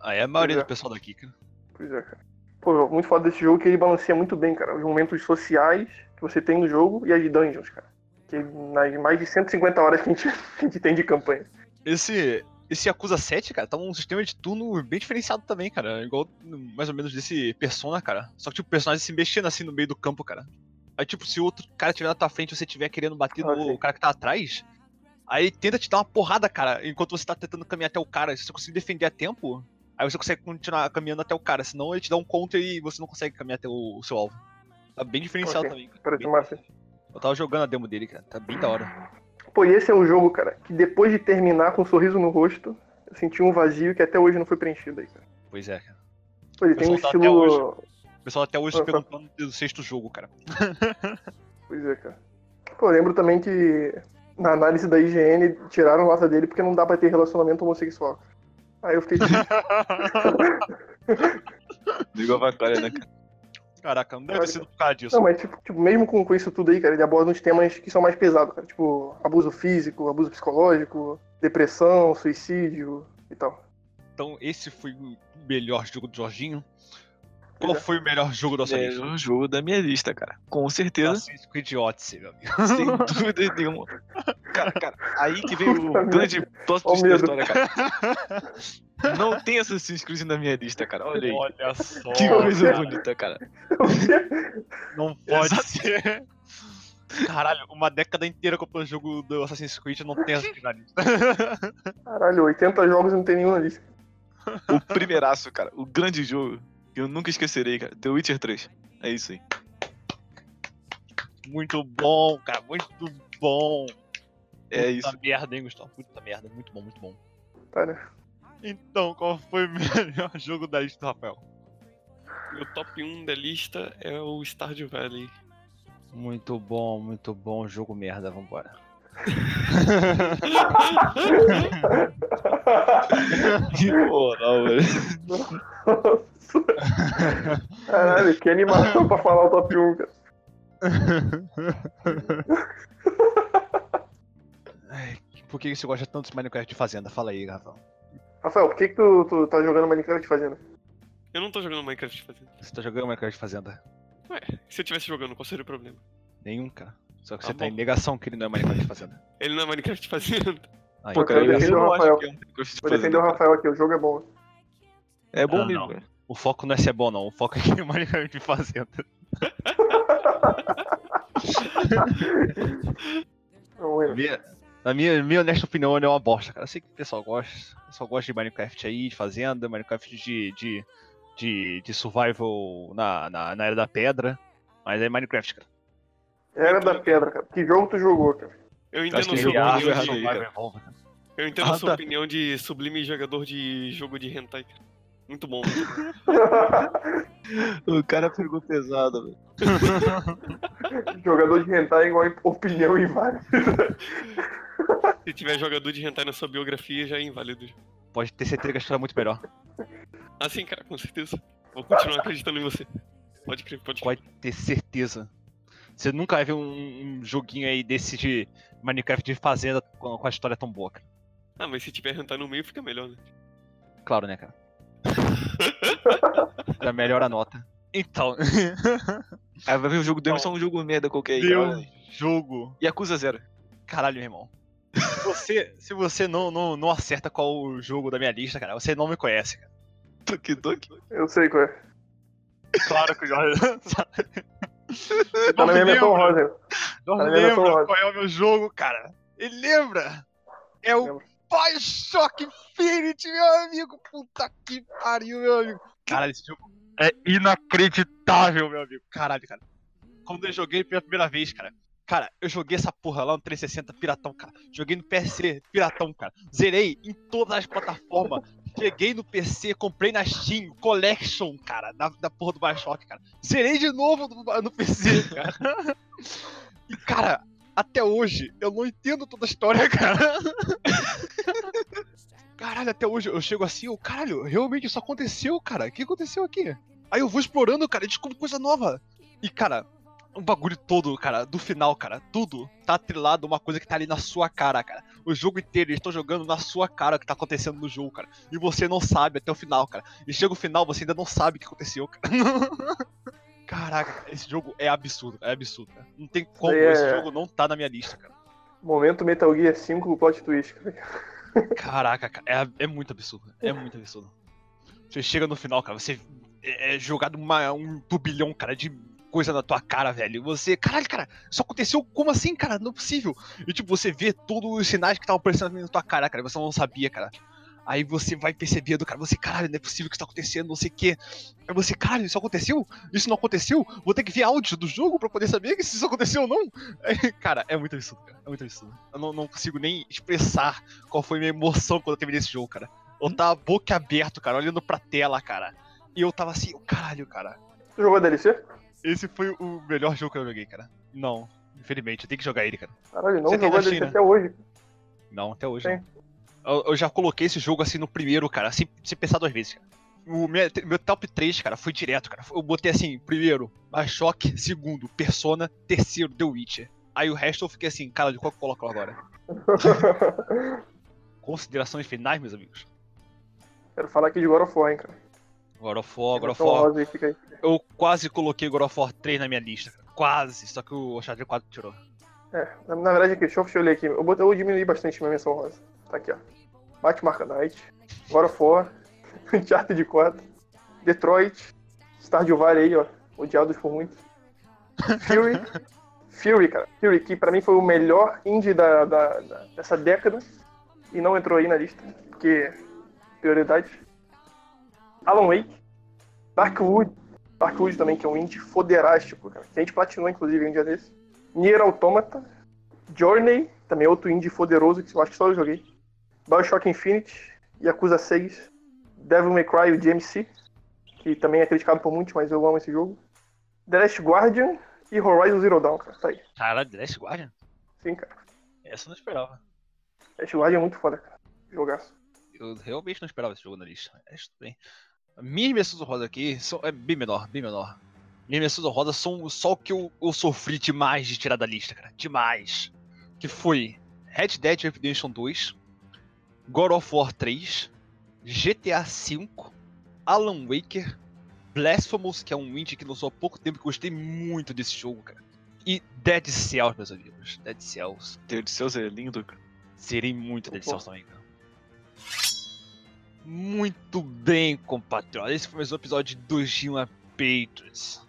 Aí é a maioria
Pois é.
do pessoal daqui, cara.
Pois é, cara. Pô, muito foda desse jogo que ele balanceia muito bem, cara. Os momentos sociais que você tem no jogo e as dungeons, cara. Que nas mais de 150 horas que a gente, [LAUGHS] que a gente tem de campanha.
Esse, esse Yakuza 7, cara, tá um sistema de turno bem diferenciado também, cara. Igual hum, mais ou menos desse Persona, cara. Só que tipo, o personagem se mexendo assim no meio do campo, cara. Aí, tipo, se o outro cara tiver na tua frente e você tiver querendo bater
Ah,
no
sim.
cara que tá atrás, aí ele tenta te dar uma porrada, cara, enquanto você tá tentando caminhar até o cara. Se você conseguir defender a tempo, aí você consegue continuar caminhando até o cara. Senão ele te dá um counter e você não consegue caminhar até o, o seu alvo. Tá bem diferenciado
Ok,
também, cara.
Parece
Bem-
massa.
Eu tava jogando a demo dele, cara. Tá bem da hora.
Pô, e esse é o jogo, cara, que depois de terminar com um sorriso no rosto, eu senti um vazio que até hoje não foi preenchido aí, cara.
Pois é, cara.
Pô, ele tem um
Vai soltar até
estilo.
O pessoal até hoje se
Uhum.
perguntando do sexto jogo, cara.
Pois é, cara. Pô, eu lembro também que na análise da IGN, tiraram a lata dele porque não dá pra ter relacionamento homossexual. Aí eu fiquei. tipo,
Ligou a vacalha, né? cara?
Caraca, não deve
Olha.
ter sido por causa disso.
não, mas tipo, tipo, mesmo com, com isso tudo aí, cara, ele aborda uns temas que são mais pesados, cara. Tipo, abuso físico, abuso psicológico, depressão, suicídio e tal. [LAUGHS]
Então, esse foi o melhor jogo do Jorginho. Qual
é.
foi o melhor jogo da sua lista?
Melhor é um jogo da minha lista, cara. Com certeza.
Assassin's Creed Odyssey, meu amigo.
Sem [LAUGHS] dúvida nenhuma. Cara, cara, aí que vem o
Puta
grande plot
Ó o
twist da
medo.
história,
[LAUGHS]
cara. Não tem Assassin's Creed na minha lista, cara. Olha aí.
Olha só.
Que coisa
cara.
bonita, cara.
Não pode ser. Caralho, uma década inteira comprando jogo do Assassin's Creed não tem essa finalista.
Caralho, 80 jogos e não tem nenhuma lista.
O primeiraço, cara. O grande jogo. que Eu nunca esquecerei, cara. The Witcher 3. É isso aí.
Muito bom, cara, muito bom.
É
Puta
isso.
merda, hein, Gustavo? Puta merda, muito bom, muito bom.
Tá, né?
Então, qual foi o [LAUGHS] melhor jogo da lista, Rafael?
Meu top 1 da lista é o Stardew Valley.
Muito bom, muito bom. Jogo merda, vambora.
Que [LAUGHS] moral, velho.
Caralho, que animação pra falar o top 1, cara.
Ai, Por que você gosta tanto de Minecraft de Fazenda? Fala aí, Rafael.
Rafael, por que, que tu, tu tá jogando Minecraft fazendo?
Eu não tô jogando Minecraft fazendo.
Você tá jogando Minecraft de Fazenda?
Se eu tivesse jogando, qual seria o problema?
Nenhum, cara. Só que
Tá
você tá
bom.
em negação que ele não é Minecraft de Fazenda.
Ele não é Minecraft fazendo.
Aí.
Pô, cara,
Eu defendo
eu
o
não acho
Rafael.
que é um Minecraft de
Vou defender
fazenda,
o
cara.
Rafael Ah, aqui, o jogo é bom.
É bom
Não,
mesmo,
não.
cara.
O foco não é ser bom, não. O foco é que [LAUGHS] é Minecraft de Fazenda.
Não é.
Minha- na minha, minha honesta opinião, ele é uma bosta, cara. Eu sei que o pessoal gosta. O pessoal gosta de Minecraft aí, de Fazenda, Minecraft de, de, de, de survival na, na, na Era da Pedra. Mas é Minecraft, cara.
Era da pedra, cara. Que jogo tu jogou, cara? [LAUGHS]
Eu
Acho
entendo
é
que
sua
ele acha
opinião
errado
de-
aí, cara.
Eu entendo
Ah,
a sua
tá.
opinião de sublime jogador de jogo de hentai. cara. Muito bom.
O cara pegou pesado, velho.
Jogador de hentai é igual em opinião e vários.
Se tiver jogador de hentai na sua biografia, já é inválido.
Pode ter certeza que a história é muito melhor.
Ah, sim, cara, com certeza. Vou continuar acreditando em você. Pode crer, pode crer.
Pode ter certeza. Você nunca vai ver um, um joguinho aí desse de Minecraft de Fazenda com, com a história tão boa, cara.
Ah, mas se tiver hentai no meio, fica melhor, né?
Claro, né, [LAUGHS] cara? Já melhora a nota. Então, [LAUGHS]
Aí Ah, vai ver o jogo do Emerson, um jogo merda qualquer aí, cara.
meu jogo.
E acusa zero.
Caralho, meu irmão. Se você, se você não, não, não acerta qual o jogo da minha lista, cara, você não me conhece, cara.
Toque, toque.
Eu sei qual é.
Claro [LAUGHS] que o Jorge.
Você tá na minha menção rosa.
Não
Tá vendo,
lembra
Tom?
qual é o meu jogo, cara. Ele lembra? É o
Lembro.
Bioshock Infinity, meu amigo. Puta que pariu, meu amigo. Caralho, esse jogo é inacreditável, meu amigo. Caralho, cara. Quando eu joguei pela primeira vez, cara. Cara, eu joguei essa porra lá no 360 piratão, cara. Joguei no PC piratão, cara. Zerei em todas as plataformas. Cheguei no PC, comprei na Steam Collection, cara, da, da porra do Bioshock, cara. Zerei de novo no, no PC, cara. E, cara, até hoje eu não entendo toda a história, [LAUGHS] cara. Caralho, até hoje eu chego assim, eu, caralho, realmente isso aconteceu, cara. O que aconteceu aqui? Aí eu vou explorando, cara, e descubro coisa nova. E, cara, um bagulho todo, cara, do final, cara, tudo tá atrelado a uma coisa que tá ali na sua cara, cara. O jogo inteiro, eles estão jogando na sua cara o que tá acontecendo no jogo, cara. E você não sabe até o final, cara. E chega o final, você ainda não sabe o que aconteceu, cara. [LAUGHS] Caraca, cara, esse jogo é absurdo, é absurdo, cara. Não tem como,
É.
esse jogo não tá na minha lista, cara.
Momento Metal Gear 5, plot twist, cara.
Caraca, cara, é, é muito absurdo. É muito absurdo. Você chega no final, cara, você é, é jogado uma- um turbilhão, cara, de coisa na tua cara, velho. E Você, caralho, cara, isso aconteceu como assim, cara? Não é possível. E tipo, você vê todos os sinais que estavam aparecendo na tua cara, cara, e você não sabia, cara. Aí você vai percebendo, cara, você, caralho, não é possível que isso tá acontecendo, não sei o quê. Aí você, caralho, isso aconteceu? Isso não aconteceu? Vou ter que ver áudio do jogo pra poder saber se isso aconteceu ou não. [LAUGHS] cara, é muito absurdo, cara. É muito absurdo. Eu não- não consigo nem expressar qual foi minha emoção quando eu terminei esse jogo, cara. Eu tava boca aberto, cara, olhando pra tela, cara. E eu tava assim, caralho, cara.
Tu jogou DLC?
Esse foi o melhor jogo que eu joguei, cara. Não, Infelizmente, eu tenho que jogar ele, cara.
Caralho, não
Você tem
jogou
na
DLC
China?
até hoje. [LAUGHS]
Não, até hoje
Sim.
não. Eu, eu já coloquei esse jogo assim no primeiro, cara, sem, sem pensar duas vezes, cara. O minha- meu, top 3, cara, foi direto, cara. Eu botei assim, primeiro, Bioshock, segundo, Persona, terceiro, The Witcher. Aí o resto eu fiquei assim, cara, de qual que eu coloco agora? Considerações finais, meus amigos.
Quero falar aqui de God of War, hein, cara.
God of War, God of
Então,
War.
Rosa aí, fica aí.
Eu quase coloquei God of War 3 na minha lista, cara. Quase, só que o Shadow 4 tirou.
É, na, na verdade aqui, deixa eu, deixa eu ler aqui. Eu, botei- eu diminuí bastante minha menção rosa. Tá aqui, ó. Batman Arkham Knight, God of War, [LAUGHS] Uncharted 4, Detroit, Stardew Valley aí, ó. Odiados por muitos. Fury, Fury, cara. Fury, que pra mim foi o melhor indie da, da- da- dessa década e não entrou aí na lista, porque prioridade. Alan Wake, Darkwood, Darkwood também, que é um indie foderástico, cara. Que a gente platinou, inclusive, um dia desse. Nier Automata, Journey, também outro indie foderoso que eu acho que só eu joguei. Bioshock Infinite, Yakuza 6, Devil May Cry, o DMC, que também é criticado por muitos, mas eu amo esse jogo. The Last Guardian e Horizon Zero Dawn, cara. Tá aí.
Caralho, The Last Guardian?
Sim, cara.
Essa eu não esperava.
The Last Guardian é muito foda, cara. Jogaço.
Eu realmente não esperava esse jogo na lista. Mas é tudo bem. Minhas menções rosa aqui são, é bem menor, bem menor. Minhas menções rosa são só o que eu, eu sofri demais de tirar da lista, cara. Demais. Que foi Red Dead Redemption 2, God of War 3, GTA V, Alan Waker, Blasphemous, que é um indie que lançou há pouco tempo que eu gostei muito desse jogo, cara. E Dead Cells, meus amigos. Dead Cells.
Deus do céu, é lindo, cara.
Serei muito Dead
Pô.
Cells também, cara. Muito bem, compatriotas. Esse foi mais um episódio do Gima Patriots.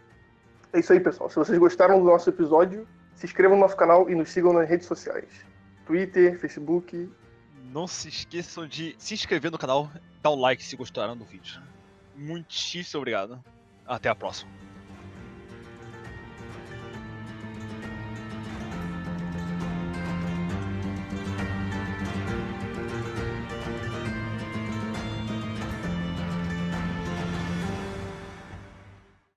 É isso aí, pessoal. Se vocês gostaram do nosso episódio, se inscrevam no nosso canal e nos sigam nas redes sociais. Twitter, Facebook.
Não se esqueçam de se inscrever no canal, dar o like se gostaram do vídeo. Muitíssimo obrigado. Até a próxima.